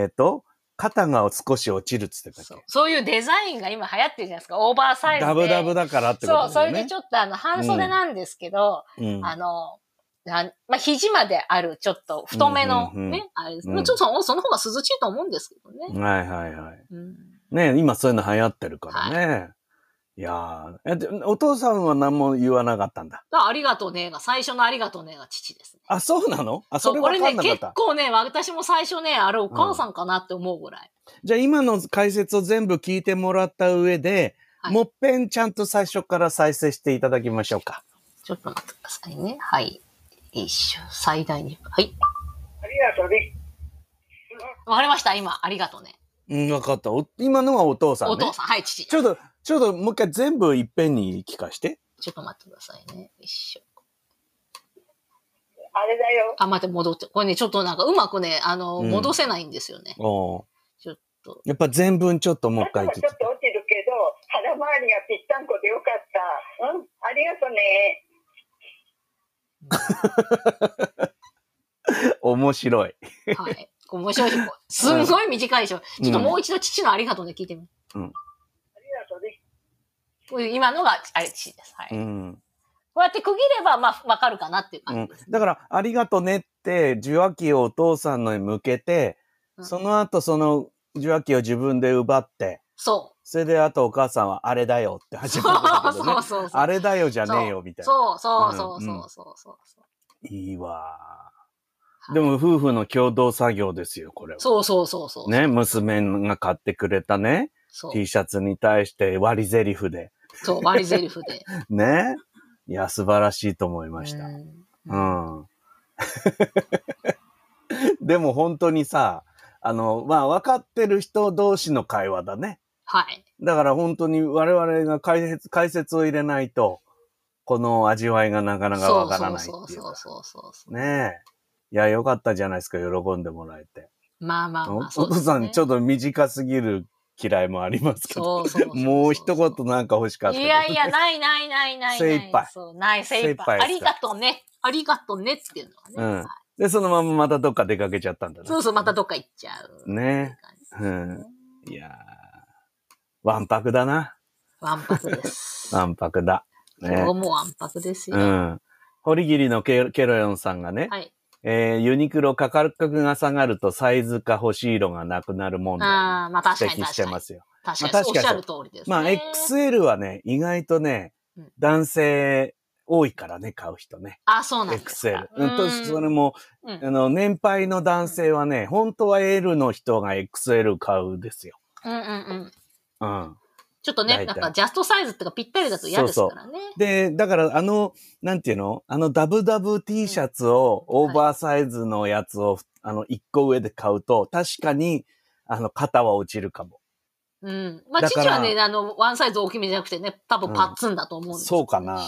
S1: えっ、と、肩が少し落ちるっつってたっ
S2: そう
S1: け。
S2: そういうデザインが今流行ってるじゃないですか。オーバーサイズで。
S1: ダブダブだからってこと
S2: そう、そ
S1: だ
S2: れ
S1: よ
S2: で
S1: ね。
S2: ちょっとあの、半袖なんですけど、
S1: うん
S2: あの、なんまあ、肘まである、ちょっと太めの、ね、
S1: うんうんうん
S2: あれです。
S1: うん
S2: まあちょっとそその方が涼しいと思うんですけどね。
S1: はいはいはい。
S2: うん、
S1: ね今そういうの流行ってるからね。い、やーえでお父さんは何も言わなかったんだ。
S2: だからありがとうねが、最初のありがとうねが父ですね。
S1: あ、そうなのあ、
S2: そ、
S1: そうれ
S2: こ
S1: 分か
S2: れ
S1: ん
S2: ね、
S1: なかっ
S2: 結
S1: た。
S2: 構ね、私も最初ね、あれお母さんかなって思うぐらい。
S1: じゃあ今の解説を全部聞いてもらった上で、
S2: はい
S1: もっぺんちゃんと最初から再生していただきましょうか。
S2: ちょっと待ってくださいね。はい。一緒、最大に。はい。
S3: ありがとうね。すごい
S2: わかりました、今。ありがとうね。
S1: うん、分かった。お今のはお父さんね。
S2: お父さん、はい、父。
S1: ちょっと、ちょっともう一回全部いっぺんに聞かして。
S2: ちょっと待ってくださいね。一緒。
S3: あれだよ。
S2: あ、待って、戻って。これね、ちょっとなんかうまくね、あの、
S1: うん
S2: 戻せないんですよね。
S1: おー
S2: ちょっと。
S1: やっぱ全文ちょっともう一
S3: 肩
S1: 回
S3: は
S1: 聞い
S3: ち
S1: て
S3: ょっ。と落ちるけど、腹回りがぴったんこでよかった。うん、ありがとうね。
S1: 面白い。
S2: はい。こう面白いし。こうすんごい短いでしょ。ちょっともう一度父のありがとうね、聞いてみる。
S3: ありがとうね。
S2: これ今のが、あれ、父です。はい。
S1: うん。
S2: こうやって区切れば、まあ、わかるかなっていう
S1: う
S2: 感
S1: ん
S2: じです。、
S1: だから、ありがとねって、受話器をお父さんのに向けて、
S2: うん
S1: その後その受話器を自分で奪って、
S2: そ
S1: それであとお母さんはあれだよって
S2: う。そ
S1: 始
S2: う
S1: まるんだけどね。
S2: そうそうそう。
S1: あれだよじゃねえよみたいな。
S2: そうそうそう
S1: うん
S2: そううんそうそう。
S1: いいわ
S2: い。
S1: でも夫婦の共同作業ですよ、これは。
S2: そうそうそうそう。
S1: ね、娘が買ってくれたね、
S2: そう。
S1: T シャツに対して割り台詞で。
S2: そう、割り台詞で。
S1: ね。いや、素晴らしいと思いました。う
S2: うん
S1: ん。 でも本当にさ、あの、まあ分かってる人同士の会話だね。
S2: はい。
S1: だから本当に我々が解説、解説を入れないと、この味わいがなかなか
S2: そ
S1: わ
S2: う
S1: から
S2: そう
S1: ない
S2: そう
S1: っていう
S2: そう
S1: か。
S2: そうそう。
S1: ねえ。いや、よかったじゃないですか、喜んでもらえて。
S2: まあまあ
S1: おお
S2: まあ。そう
S1: 父
S2: ですね
S1: さん、ちょっと短すぎる嫌いもありますけど、
S2: そうそうそうそう
S1: もう一言なんか欲しかった
S2: い
S1: けど
S2: やいや、ないないないないない。
S1: 精一杯
S2: そう、ない、精
S1: 精
S2: 一杯。
S1: 一
S2: あ
S1: 杯で
S2: り
S1: すか
S2: がとうね。ありがとうねっていうのはね。
S1: うん
S2: はい
S1: で、そのまままたどっか出かけちゃったんだね。
S2: そうそう、またどっか行っちゃう。
S1: ね
S2: っていう感じですね。
S1: いやー、わんぱくだな。
S2: わんぱくです。
S1: わんぱくだ。ね
S2: 今。日もわんぱくですよ。
S1: う
S2: は
S1: ん。堀切のケロケロヨンさんがね、
S2: い。
S1: えーユニクロ価格が下がるとサイズか欲しい色がなくなる問題
S2: ああ、まあ
S1: に
S2: 確か
S1: 指
S2: に
S1: 摘して
S2: 確か
S1: ま
S2: に。
S1: すよ。
S2: 確かに
S1: まあ確かに
S2: そうおっしゃる通りですね。
S1: まあ、XL はね、意外とね
S2: うん、
S1: 男性多いからね、買う人ね。
S2: あ、そうなんです
S1: XL。。
S2: か
S1: うん、と、それも、
S2: うん
S1: あの、年配の男性はね、本当は L の人が XL 買うですよ。
S2: うんうんうん。
S1: うん。
S2: ちょっとね、
S1: 大
S2: なん
S1: 体
S2: かジャストサイズっていうかぴったりだと嫌ですからね。
S1: で、だからあの、なんていうのあのダブダブ T シャツを、
S2: うん
S1: オーバーサイズのやつを、あの、一個上で買うと、確かに、あの、肩は落ちるかも。
S2: うん。まあ
S1: だか
S2: 父
S1: ら
S2: はね、あの、ワンサイズ大きめじゃなくてね、多分パッツンだと思うんです。
S1: そうかな。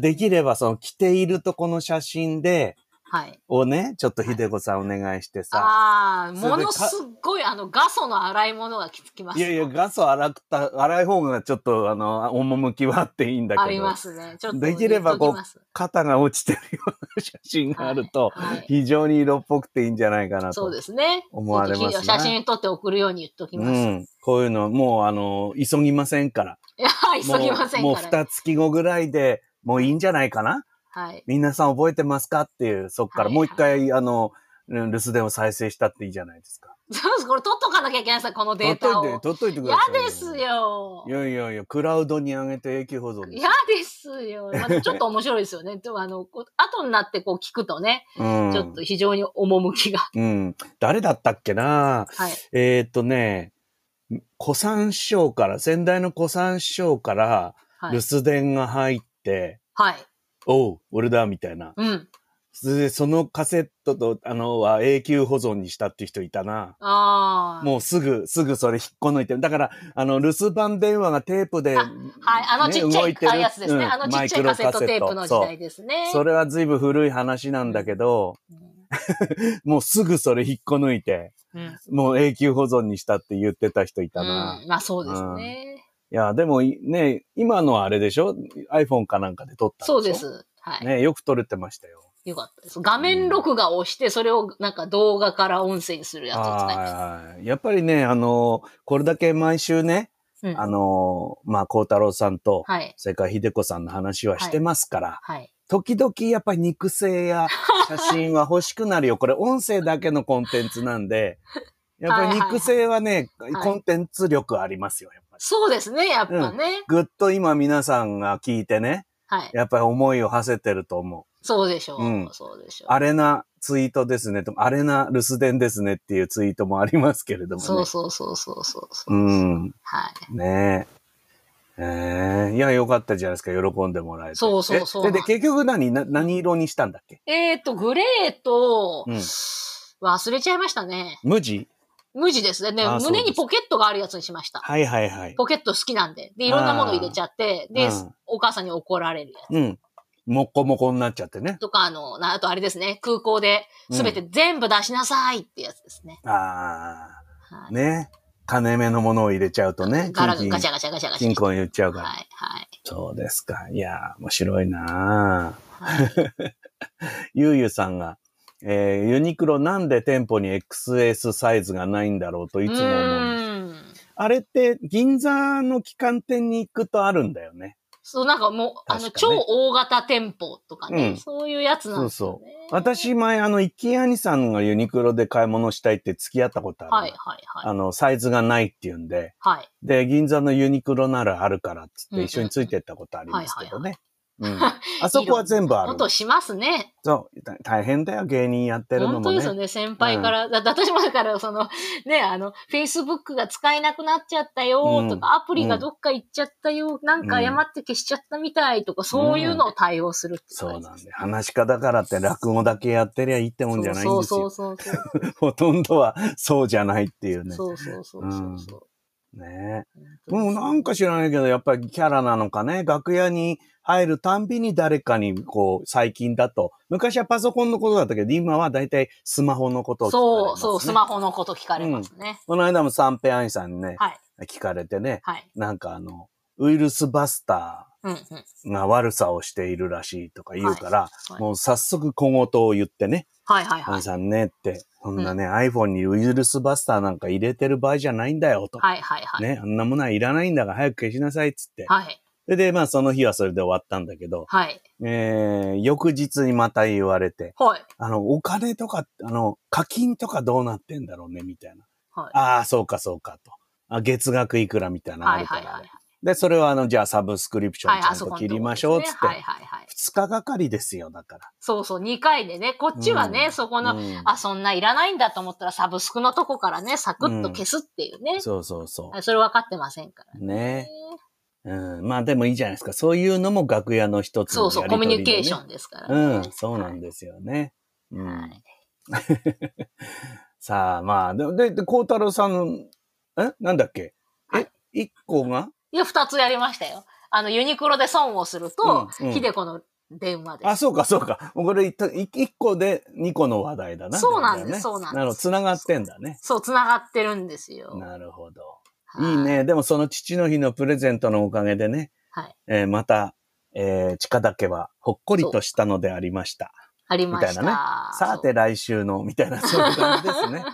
S1: できれば、その、着ているとこの写真で、
S2: はい。
S1: をね、ちょっと秀子さんお願いしてさ。
S2: ああ、
S1: それで
S2: ものすっごいあの、画素の洗い物がきつきます。
S1: いやいや、ガソ荒くた、荒い方がちょっと、あの、趣はあっていいんだ
S2: あ
S1: け
S2: り
S1: ど
S2: ま、すね。ちょっと
S1: できればこう
S2: 言っときます
S1: 肩が落ちてるような写真があると、
S2: はいはい
S1: 非常に色っぽくていいんじゃないかなと。
S2: そうですね。
S1: 思われますね
S2: ちょっと写真撮って送るように言っときます。
S1: う
S2: い
S1: ん。こういうの、もう、あの、急ぎませんから。
S2: や、急ぎませ
S1: もう、も
S2: ん
S1: う
S2: か
S1: 二
S2: ら。
S1: 月後ぐらいで、もういいんじゃないかな
S2: はい。
S1: 皆さん覚えてますかっていう、そっから、
S2: はい
S1: もう一回、あの、うん留守電を再生したっていいじゃないですか。
S2: そうです。これ取っとかなきゃいけないですよ、このデータを。
S1: 取っといて、取っといてくだ
S2: 嫌
S1: さい。
S2: です。よ
S1: い。やいやいや、クラウドに上げて永久保存です
S2: 嫌ですよ。ま あ、ちょっと面白いですよね。でも、あの、こう後になってこう聞くとね、
S1: うん、
S2: ちょっと非常に趣が。
S1: うん。誰だったっけな
S2: はい。
S1: えーっ、とね、古参師匠から、先代の古参師匠から
S2: は
S1: 留
S2: い。
S1: 守電が入って、
S2: はい。
S1: おう、俺だ、みたいな。
S2: うん。
S1: それで、そのカセットと、あの、は永久保存にしたっていう人いたな。
S2: ああ。
S1: もうすぐ、すぐそれ引っこ抜いてる。だから、あの、留守番電話がテープで、
S2: はい。あのちっちゃ
S1: ね動
S2: い
S1: てる
S2: あやつですね。
S1: うん
S2: あのちっちゃい
S1: マイク
S2: カセ
S1: ロ
S2: ットテープの時代ですね
S1: そう。それは随分古い話なんだけど、もうすぐそれ引っこ抜いて、
S2: うん。
S1: もう永久保存にしたって言ってた人いたな。
S2: うんまあそうですね。
S1: いや、でもいね、今のはあれでしょ ?iPhone かなんかで撮ったんしょ
S2: そうで。す。はい。
S1: ね、よく撮れてましたよ。
S2: よかったです。画面録画をして、それをなんか動画から音声にするやつを使いました。
S1: はいはいやっぱりね、あの、これだけ毎週ね、
S2: うん
S1: あの、まあ、孝太郎さんと、
S2: はい。
S1: それから秀子さんの話はしてますから、
S2: はい。
S1: 時々やっぱり肉声 や写真は欲しくなるよ。これ音声だけのコンテンツなんで、やっぱり肉声はね、
S2: はい
S1: コンテンツ力ありますよ、やっぱり。
S2: そうですね、やっぱね。
S1: ぐっと今皆さんが聞いてね、
S2: はい。
S1: やっぱり思いを馳せてると思う。
S2: そうでしょう。
S1: うん
S2: そうでしょう。
S1: あれなツイートですねと、あれな留守電ですねっていうツイートもありますけれどもね。
S2: そうそうそうそうそうそう。
S1: うん。
S2: はい。
S1: ねえ。ええいや、よかったじゃないですか。喜んでもらえて。
S2: そうそうそう
S1: えで、で結局何、な何色にしたんだっけ
S2: えっ、と、グレーと、
S1: うん
S2: 忘れちゃいましたね。
S1: 無地
S2: 無地ですね。で
S1: あそうです
S2: 胸にポケットがあるやつにしました。
S1: はいはいはい。
S2: ポケット好きなんで。で、いろんなもの入れちゃって、で、
S1: うん
S2: お母さんに怒られるやつ。
S1: うん。もっこもこになっちゃってね。
S2: とか、あの、なあとあれですね、空港で
S1: うん
S2: 全て全部出しなさいってやつですね。
S1: あ
S2: は
S1: あ。
S2: い
S1: ね。金目のものを入れちゃうとね。
S2: ガラ
S1: キンキン
S2: ガチャガチャガチャガチャ。
S1: 金庫に言っちゃうから。
S2: はい、はい。
S1: そうですか。いやー、面白いなー
S2: はい
S1: ゆうゆさんが、えーユニクロなんで店舗に XS サイズがないんだろうと いつも思うんです。
S2: うーん
S1: あれって銀座の旗艦店に行くとあるんだよね。
S2: そう、なんかもう、あの、
S1: 確か
S2: 超
S1: ね
S2: 大型店舗とかね、
S1: うん
S2: そういうやつなんですよ、ね。
S1: 私前あの、一軒兄さんがユニクロで買い物したいって付き合ったことある。
S2: はい、はい、は
S1: あ
S2: い。
S1: の、サイズがないって言うんで、
S2: はい。
S1: で、銀座のユニクロならあるからっつ
S2: う
S1: っ
S2: んうん
S1: て一緒
S2: うん
S1: についてったことありますけどね。うん。
S2: あ
S1: あそこは全部ある
S2: こ。としますね。
S1: そう。た大変だよ、芸人やってるの
S2: 本
S1: も
S2: 当
S1: ね
S2: です。よね、先輩から。だだ私もだから、その、ね、あの、Facebook が使えなくなっちゃったよとか、アプリがどっか行っちゃったよ、なんか謝って消しちゃったみたいとか、そういうのを対応するって
S1: そうなん
S2: で
S1: で。話し家だからって落語だけやってりゃいいってもんじゃないんですよ。
S2: そうそうそうそう。
S1: ほとんどはそうじゃないっていうね。
S2: そうそうそうそうそ
S1: ね
S2: う。
S1: もうなんか知らないけど、やっぱりキャラなのかね、楽屋に入るたんびに誰かに、こう、最近だと、昔はパソコンのことだったけど、今は大体スマホのことを聞かれます、
S2: そう
S1: ね。
S2: そう、スマホのこと聞かれますね。
S1: この間も三平兄さんにね、
S2: はい。
S1: 聞かれてね、
S2: はい。
S1: なんかあの、ウイルスバスタ
S2: うんうん。
S1: ーが悪さをしているらしいとか言うから、
S2: はい
S1: もう早速小言を言ってね、
S2: はいはいは
S1: 兄
S2: い。
S1: さんねって、そんなね、iPhone にウイルスバスターなんか入れてる場合じゃないんだよと。
S2: はいはいはい。
S1: ね、あんなものはいらないんだが早く消しなさいっつって。
S2: はい。
S1: それで、まあその日はそれで終わったんだけど、
S2: はい。
S1: えー、翌日にまた言われて、
S2: はい。
S1: あの、お金とか、あの、課金とかどうなってんだろうね、みたいな。
S2: はい
S1: ああ、そうかそうかと。あ月額いくらみたいなのあ
S2: はい
S1: るか
S2: は
S1: ら、
S2: いはい。
S1: で、それはあの、じゃあサブスクリプショ
S2: は
S1: ン
S2: い、
S1: ちゃ
S2: あ
S1: ん
S2: そ
S1: と
S2: こ
S1: 切りましょうっつ
S2: ね
S1: って、
S2: はいはいはい。
S1: 2日がかりですよ、だから。
S2: そうそう、2回でね、こっちはね、
S1: うん
S2: そこの、
S1: うん
S2: あ、そんないらないんだと思ったら、サブスクのとこからね、サクッと消すっていうね。
S1: そうそうそ
S2: あそれ分かってませんからね。
S1: う。ね。うん、まあでもいいじゃないですか。そういうのも楽屋の一つの
S2: そ
S1: や
S2: う
S1: り
S2: そ
S1: 取
S2: う、
S1: り
S2: コミュ
S1: でね
S2: ニケーションですからね。
S1: うん、そうなんですよね。うん
S2: はい。
S1: さあ、まあ、で、で、で孝太郎さんの、えなんだっけ
S2: は
S1: え
S2: い、
S1: 一個が
S2: いや、2つやりましたよ。あの、ユニクロで損をすると、
S1: うんうん
S2: ヒデコの電話で
S1: あ、
S2: す。
S1: そうか、そうか。もうこれ一一一個で二個の話題だな。
S2: そうなんです
S1: だよね
S2: そうなんです
S1: なるほど、繋がってんだね。
S2: そう、繋がってるんですよ。
S1: なるほど。
S2: はい
S1: い。ね。でもその父の日のプレゼントのおかげでね、
S2: はい。
S1: えーまた、えー、近田家はほっこりとしたのでありました。
S2: ありました。
S1: みたいなさて来週の、みたいな、そういう感じですね。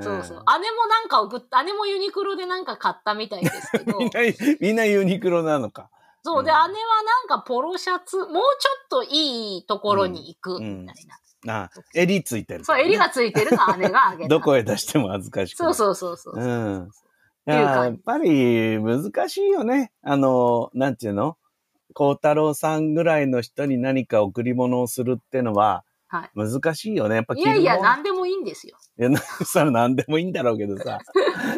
S2: そうそう。
S1: ん
S2: 姉 もなんか送った、姉もユニクロでなんか買ったみたいですけど。
S1: みんな、みんなユニクロなのか。
S2: そう、で、
S1: うん
S2: 姉はなんかポロシャツ、もうちょっといいところに行く、みたいな。
S1: あ、襟ついてる、
S2: そう、襟がついてる の姉があげた。
S1: どこへ出しても恥ずかしくな
S2: そ
S1: いう
S2: そうそうそう。
S1: うん。
S2: ていう感じ
S1: やっぱり難しいよね。あの、なんていうの孝太郎さんぐらいの人に何か贈り物をするってのは
S2: はい、
S1: 難しいよね。やっぱ
S2: いやいや、
S1: な
S2: 何でもいいんですよ。
S1: いや、な それ何でもいいんだろうけど さ、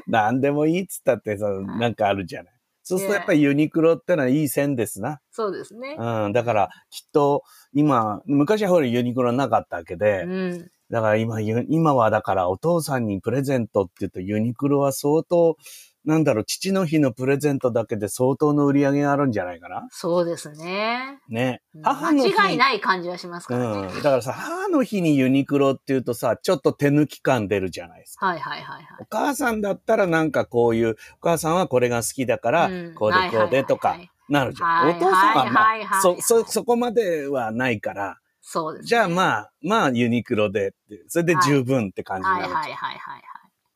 S1: 何でもいいっつったってさ、なんかあるじゃない。そうするとやっぱりユニクロってのはいい線ですな。
S2: そうですね。
S1: うん。だから、きっと、今、昔はほらユニクロなかったわけで、
S2: うん。
S1: だから今ユ、今はだからお父さんにプレゼントって言うとユニクロは相当、なんだろう、父の日のプレゼントだけで相当の売り上げがあるんじゃないかな
S2: そうですね。
S1: ね。
S2: うん
S1: 母の日。
S2: 間違いない感じはしますからね。
S1: うん。だからさ、母の日にユニクロって言うとさ、ちょっと手抜き感出るじゃないですか。
S2: はいはいはい
S1: お母さんだったらなんかこういう、お母さんはこれが好きだか
S2: は
S1: ら
S2: い。ん。
S1: こうでこうでと
S2: はい
S1: か
S2: はいはいはい。
S1: なるじゃ
S2: は
S1: ん。
S2: い
S1: お父さんはま
S2: はいはいは
S1: あ、
S2: い
S1: そ、そ、そこまではないから、
S2: そうですね。
S1: じゃあ
S2: あ。
S1: まあ、まあユニクロでって、それで十分って感じにな
S2: はい
S1: る
S2: は
S1: じ
S2: い
S1: ゃん
S2: はいはいはい。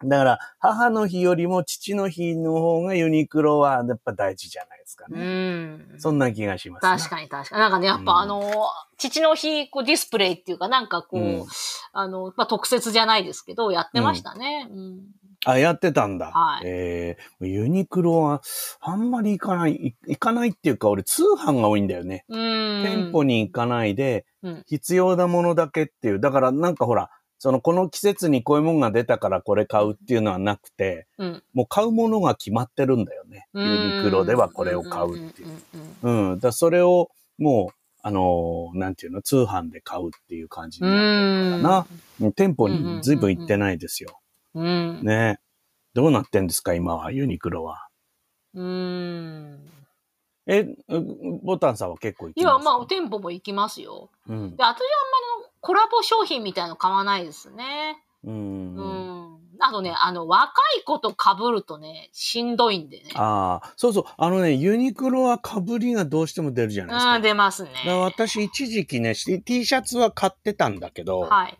S1: だから、母の日よりも父の日の方がユニクロはやっぱ大事じゃないですか
S2: う
S1: ね。
S2: ん。
S1: そんな気がします、
S2: 確かに確かに。なんかね、やっぱ、
S1: うん
S2: あの、父の日、こう、ディスプレイっていうか、なんかこう、
S1: うん
S2: あの、まあ、特設じゃないですけど、やってましたね。うん。
S1: あ、やってたんだ。
S2: はい
S1: えーユニクロはあんまり行かない、い行かないっていうか、俺通販が多いんだよね。
S2: うん。
S1: 店舗に行かないで
S2: うん、
S1: 必要なものだけっていう。だからなんかほら、そのこの季節にこういうものが出たからこれ買うっていうのはなくて、
S2: うん、
S1: もう買うものが決まってるんだよね。
S2: う
S1: ユ
S2: ん
S1: ニクロではこれを買うっていう。
S2: んうんうん
S1: うん。だそれを、もう、あのーなんていうの、通販で買うっていう感じに
S2: う
S1: なる
S2: ん。
S1: な店舗
S2: うんうんうんうん
S1: に随分行ってないですよ。
S2: うん。
S1: ねどうなってんですか、今は、ユニクロは。
S2: うん。
S1: え、うボタンさんは結構行
S2: い
S1: き
S2: や、
S1: ますか
S2: まあ、店舗も行きますよ。
S1: うん
S2: で、私はあんまりコラボ商品みたいなの買わないですね。
S1: うん。
S2: う
S1: うん
S2: ん。あとね、あの、若い子と被るとね、しんどいんでね。
S1: ああ、そうそう。あのね、ユニクロは被りがどうしても出るじゃないですか。
S2: うん、出ますね。
S1: だから私、一時期ね、し T シャツは買ってたんだけど、
S2: はい。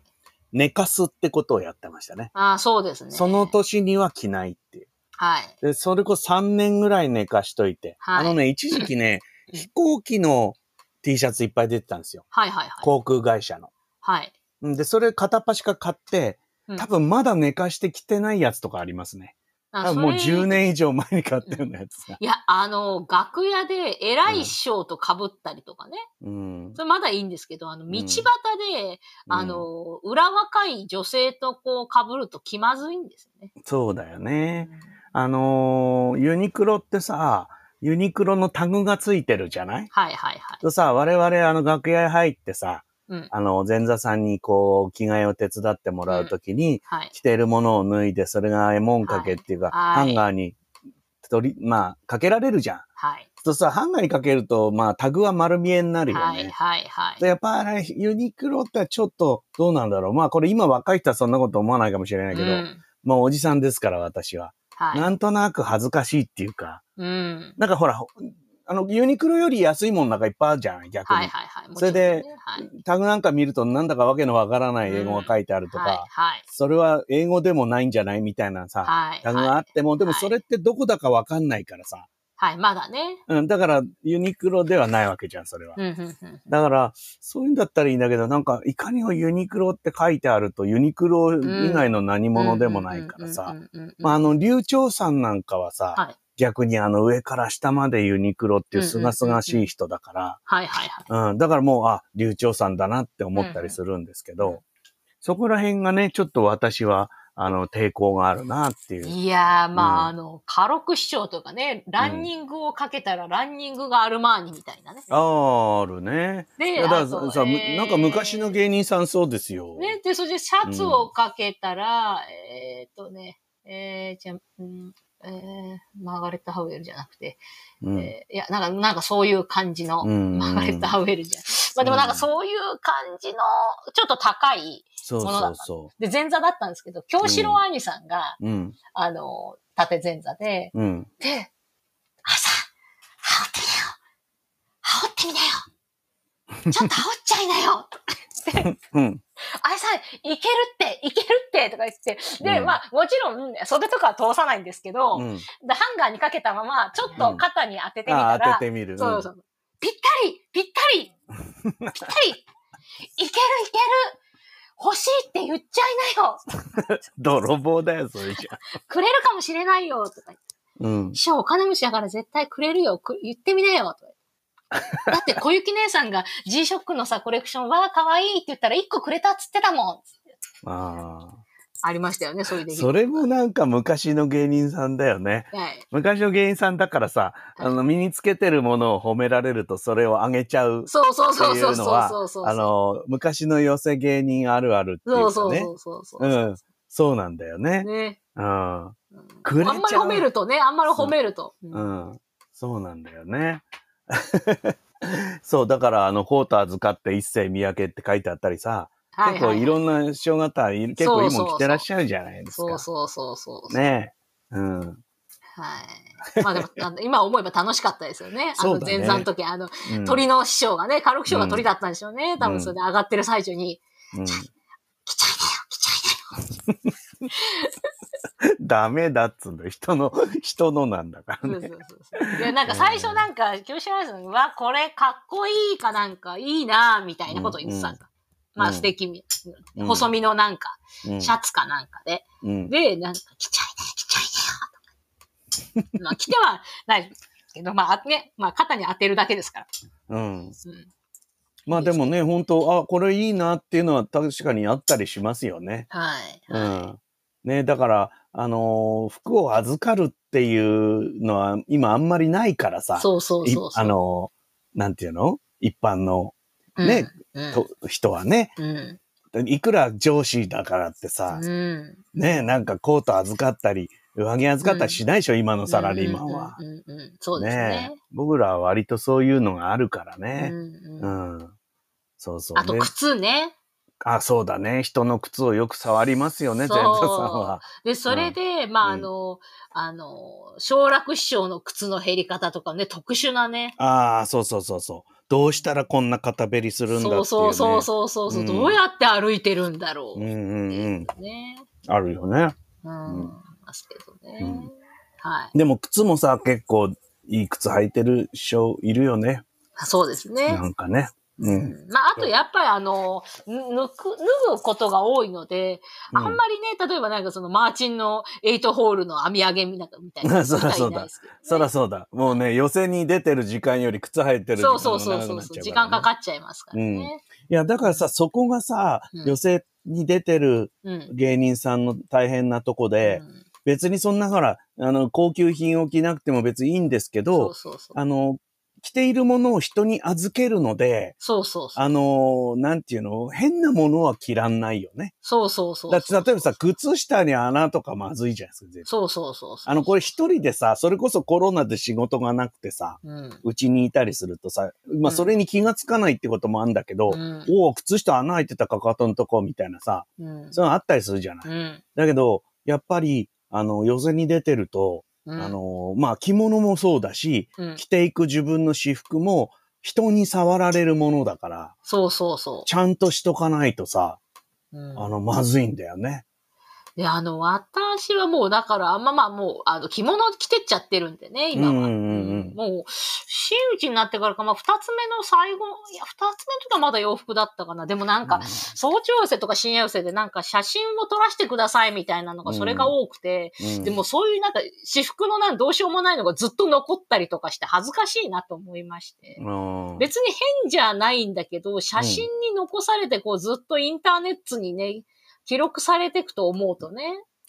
S1: 寝かすってことをやってましたね。
S2: ああ、そうですね。
S1: その年には着ないっていう。
S2: はい。
S1: で、それこそ3年ぐらい寝かしといて。
S2: はい
S1: あのね、一時期ね、
S2: うん
S1: 飛行機の T シャツいっぱい出てたんですよ。
S2: はいはいはい。
S1: 航空会社の。
S2: はい。
S1: うんで、それ片っ端から買って
S2: うん、
S1: 多分まだ寝かして着てないやつとかありますね。
S2: あ
S1: 多分もう
S2: それ
S1: 10年以上前に買ったようなやつが。
S2: いや、あの、楽屋で偉い師匠と被ったりとかね。
S1: うん。
S2: それまだいいんですけど、あの、道端で、あの、裏若い女性とこう被ると気まずいんですよね。
S1: そうだよね。あのーユニクロってさ、ユニクロのタグがついてるじゃない
S2: はいはいはい。
S1: とさ、我々あの楽屋へ入ってさ、
S2: うん。
S1: あの、前座さんにこう、着替えを手伝ってもらうときに、
S2: はい。
S1: 着ているものを脱いで、それが絵文掛けっていうか、
S2: はいはい
S1: ハンガーに取り、まあ、かけられるじゃん。
S2: はい。
S1: そうさ、ハンガーにかけると、まあ、タグは丸見えになるよね。
S2: はいはいは
S1: で
S2: い。
S1: やっぱり、ユニクロってちょっと、どうなんだろう。まあ、これ今若い人はそんなこと思わないかもしれないけど、
S2: うん
S1: まあ、おじさんですから、私は。
S2: は。
S1: ないんとなく恥ずかしいっていうか、
S2: うん。
S1: なんかほら、あの、ユニクロより安いものなんかいっぱいあるじゃん、逆に。
S2: はいはいはい。もち
S1: そ
S2: ろ
S1: れ
S2: んね
S1: で
S2: はい
S1: タグなんか見ると、なんだかわけのわからない英語が書いてあるとか、
S2: はいはい。
S1: それは英語でもないんじゃないみたいなさ、
S2: はい。
S1: タグがあ
S2: は
S1: っ
S2: い。
S1: ても、でもそれってどこだかわかんないからさ。
S2: はい。まだね。
S1: うん、だからユニクロではないわけじゃん、それは
S2: う。んうんうん。
S1: だから、そういうんだったらいいんだけど、なんか、いかにもユニクロって書いてあると、ユニクロ以外の何物でもないから
S2: う
S1: さ。
S2: んうんうんうんうん。
S1: まあ、あの、流暢さんなんかはさ、
S2: はい
S1: 逆にあの、上から下までユニクロっていうすがすがしい人だから、
S2: はいはいはい。
S1: うん、だからもう、あ、流暢さんだなって思ったりするんですけど、
S2: うんうん
S1: そこら辺がね、ちょっと私は、あの、抵抗があるなっていう。
S2: いやー、まあ、
S1: う
S2: あの、家禄師匠とかね、ランニングをかけたらランニングがアルマーニみたいなね。
S1: あーあるね。い
S2: で、
S1: やだ
S2: あ
S1: から
S2: と
S1: さ、む
S2: えー
S1: なんか昔の芸人さんそうですよ。
S2: ね、で、それでシャツをかけたら、えーっとね、えー、じゃあ、うん、えー、マーガレット・ハウエルじゃなくて、
S1: うん
S2: えーいや、なんか、なんかそういう感じの、
S1: うん
S2: マーガレット・ハウエルじゃん。まあでもなんかそういう感じの、ちょっと高い、
S1: そうそうそ
S2: で、前座だったんですけど、京志郎兄さんが、
S1: う。うん。
S2: あの、縦前座で、
S1: うん。
S2: で、朝、羽織ってみなよ羽織ってみなよちょっと羽織っちゃいなよ
S1: うん。
S2: あれさん、いけるって、いけるって、とか言って。で、
S1: うん
S2: まあ、もちろん、袖とかは通さないんですけど、
S1: うん。
S2: でハンガーにかけたまま、ちょっと肩に当ててみ
S1: あ
S2: た
S1: あ、当
S2: ら、
S1: ててみる。
S2: そうそう。ぴったりぴったりぴったりいけるいける欲しいって言っちゃいなよ
S1: うん泥棒だよ、それじゃ。
S2: くれるかもしれないよとか。
S1: うん。
S2: 師匠お金持ちだから絶対くれるよく言ってみなよとか。だって小雪姉さんが G-SHOCK のさ、コレクション、わあ、かわいいって言ったら1個くれたっつってたもん。
S1: ああ。
S2: ありましたよね、そういう出来事
S1: それもなんか昔の芸人さんだよね。
S2: はい。
S1: 昔の芸人さんだからさ、あの、身につけてるものを褒められるとそれをあげちゃうって
S2: そうそうそう
S1: い
S2: そうう
S1: の
S2: そう
S1: は
S2: そうそう。、
S1: あの、昔の寄せ芸人あるあるってい
S2: そううそ
S1: か
S2: う
S1: ね
S2: そ。うそうそう。
S1: うん。そうなんだよね。
S2: ね。
S1: うん。
S2: うん
S1: くれちゃう
S2: あんまり褒めるとね、あんまり褒めると。うん
S1: うん。そうなんだよね。 そう、だからあの、フォーターズ買って一世三宅って書いてあったりさ、
S2: は
S1: 結構いろ
S2: なん
S1: な師匠方、い結構いいもん着てらっしゃるじゃないですか。
S2: そうそうそうそう。
S1: ねえ。うん。
S2: はい。まあでも、あの今思えば楽しかったですよね。あ
S1: そ
S2: の
S1: うだね
S2: 前座の時、あの、
S1: うん
S2: 鳥、の師匠がね、軽く師匠が鳥だったんでしょうね。多分それで上がってる最中に、
S1: うん
S2: 来ちゃいなよ、来ちゃいなよ。
S1: ダメだっつうんだよ。人の、人のなんだから
S2: そ
S1: ね
S2: う。そうそうそう。で、なんか最初なんか、教師アナウンサーがうわ、これかっこいいかなんか、いいなぁみたいなことを言ってたんだ。
S1: うん
S2: ま
S1: う
S2: あ
S1: ん
S2: 素敵み、
S1: うん
S2: 細身のなんか、
S1: うん
S2: シャツかなんかで。
S1: うん
S2: で、なんか、来ちゃいなよ、来ちゃいなよとか。まあ来てはないけど、まあね、まあ肩に当てるだけですから。
S1: うん。
S2: うん
S1: まあでもね、本当あ、これいいなっていうのは確かにあったりしますよね。
S2: はい。
S1: うん。ね、だから、あのー服を預かるっていうのは今あんまりないからさ。
S2: そうそう
S1: い
S2: そうそう。
S1: あのーなんていうの一般の、
S2: うん
S1: ね、
S2: うん
S1: と人はね、
S2: うん。
S1: いくら上司だからってさ、
S2: うん。
S1: ね、なんかコート預かったり、上着預かったりしないでしょ、今のサラリーマンは。
S2: うんうんうんうん。そうですね。
S1: え僕らは割とそういうのがあるから
S2: う
S1: ね。
S2: ん
S1: う
S2: うん
S1: ん。そうそう、ね。
S2: あと靴ね。
S1: あ、そうだね。人の靴をよく触りますよね、
S2: そう
S1: 前座さんは。
S2: で、それで、まあ、
S1: うん
S2: あの、あの、小楽師匠の靴の減り方とかね、特殊なね。
S1: ああ、そうそうそうそう。どうしたらこんな肩べりするんだっていう、
S2: そ
S1: ね。
S2: うそうそうそうそうそうう。
S1: ん
S2: どうやって歩いてるんだろ
S1: うんうんうん。
S2: う。ね。
S1: あるよね。
S2: うん。
S1: うん
S2: ますけど
S1: う
S2: ね
S1: ん。
S2: はい。
S1: でも靴もさ、結構いい靴履いてる人いるよね。
S2: あそうですね
S1: な。んかね。うん。
S2: まあ、あとやっぱりあの、ぬ抜く、脱ぐことが多いので、あんまりね、例えばなんかそのマーチンのエイトホールの網上げみなんかみたい な。
S1: そらそうだ
S2: みたいないですけどね
S1: そらそうだ。もうね、寄せに出てる時間より靴履いてる時間
S2: そ
S1: が長
S2: う
S1: く
S2: そ
S1: な
S2: う
S1: っちゃうから、
S2: そう
S1: ね。
S2: そう。時間かかっちゃいますからね。
S1: いや、だからさ、そこがさ、
S2: うん
S1: 寄せに出てる
S2: うん。
S1: 芸人さんの大変なとこで、
S2: うん
S1: 別にそんなほら、あの、高級品を着なくても別にいいんですけ
S2: そ
S1: ど
S2: う、そうそう。
S1: あの、着ているものを人に預けるので、
S2: そうそうそう。
S1: あの、なんていうの、変なものは着らんないよね。
S2: そうそうそう。
S1: だって例えばさ、靴下に穴とかまずいじゃないですか、絶対。
S2: そうそうそう。
S1: あの、これ一人でさ、それこそコロナで仕事がなくてさ、
S2: うん。
S1: うちにいたりするとさ、まあ、
S2: うん
S1: それに気がつかないってこともあるんだけど、
S2: うん
S1: おお、靴下穴開いてたかかとのとこみたいなさ、
S2: うん。
S1: そういうのあったりするじゃない。
S2: うん。
S1: だけど、やっぱり、あの、寄せに出てると、
S2: うん
S1: あ、の、まあ、着物もそうだし、
S2: うん
S1: 着ていく自分の私服も、人に触られるものだから、
S2: そうそうそ
S1: ちゃんとしとかないとさ、
S2: う。うん
S1: あの、まずいんだよね。
S2: で、あの、私はもう、だから、あんままあ、もう、あの、着物着てっちゃってるんでね、今は。
S1: うんうんうん
S2: うんもう、真打ちになってからか、まあ、二つ目の最後、いや、二つ目の時はまだ洋服だったかな。でもなんか、早朝寄せとか深夜寄せでなんか写真を撮らせてくださいみたいなのが、それが多くて、
S1: うん
S2: でも、そういうなんか、私服のなんどうしようもないのがずっと残ったりとかして、恥ずかしいなと思いまして。
S1: うん
S2: 別に変じゃないんだけど、写真に残されて、こう、ずっとインターネットにね、記録されていくと思うとね。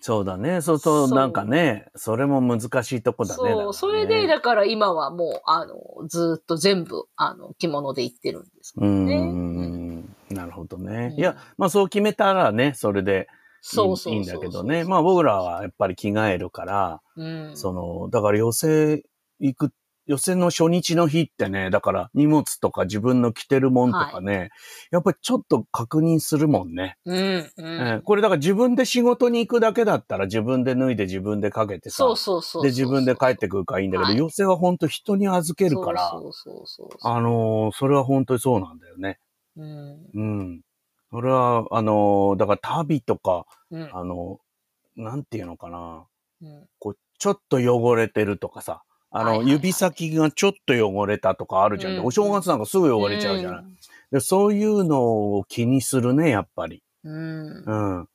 S1: そうだね。そうそう、
S2: そう
S1: なんかね、それも難しいとこだね。だからね
S2: そう、それで、だから今はもう、あの、ずっと全部、あの、着物で行ってるんです。
S1: うんう
S2: ね
S1: んうんうん。なるほどね。
S2: うん
S1: いや、まあそう決めたらね、それでいい
S2: そうそうそう。
S1: いいんだけどね。まあ僕らはやっぱり着替えるから、
S2: うん。
S1: その、だから寄せ行く、寄せの初日の日ってね、だから荷物とか自分の着てるもんとかね、やっぱりちょっと確認するもんね、
S2: うん、う
S1: えー
S2: ん。
S1: これだから自分で仕事に行くだけだったら自分で脱いで自分でかけてさ、
S2: そうそうそうそう。
S1: で自分で帰ってくるからいいんだけど、
S2: はい
S1: 寄せは本当人に預けるから、
S2: そうそうそうそう。
S1: あのーそれは本当にそうなんだよね。
S2: うん。
S1: うん。それは、あの、だから旅とか、
S2: うん。
S1: あの、なんていうのかな。
S2: うん。
S1: こう、ちょっと汚れてるとかさ、あ
S2: はい
S1: の、
S2: はいはい
S1: 指先がちょっと汚れたとかあるじゃん。
S2: うん
S1: お正月なんかすぐ汚れちゃうじゃない、で。そういうのを気にするね、やっぱり。
S2: うん。うん。
S1: うん。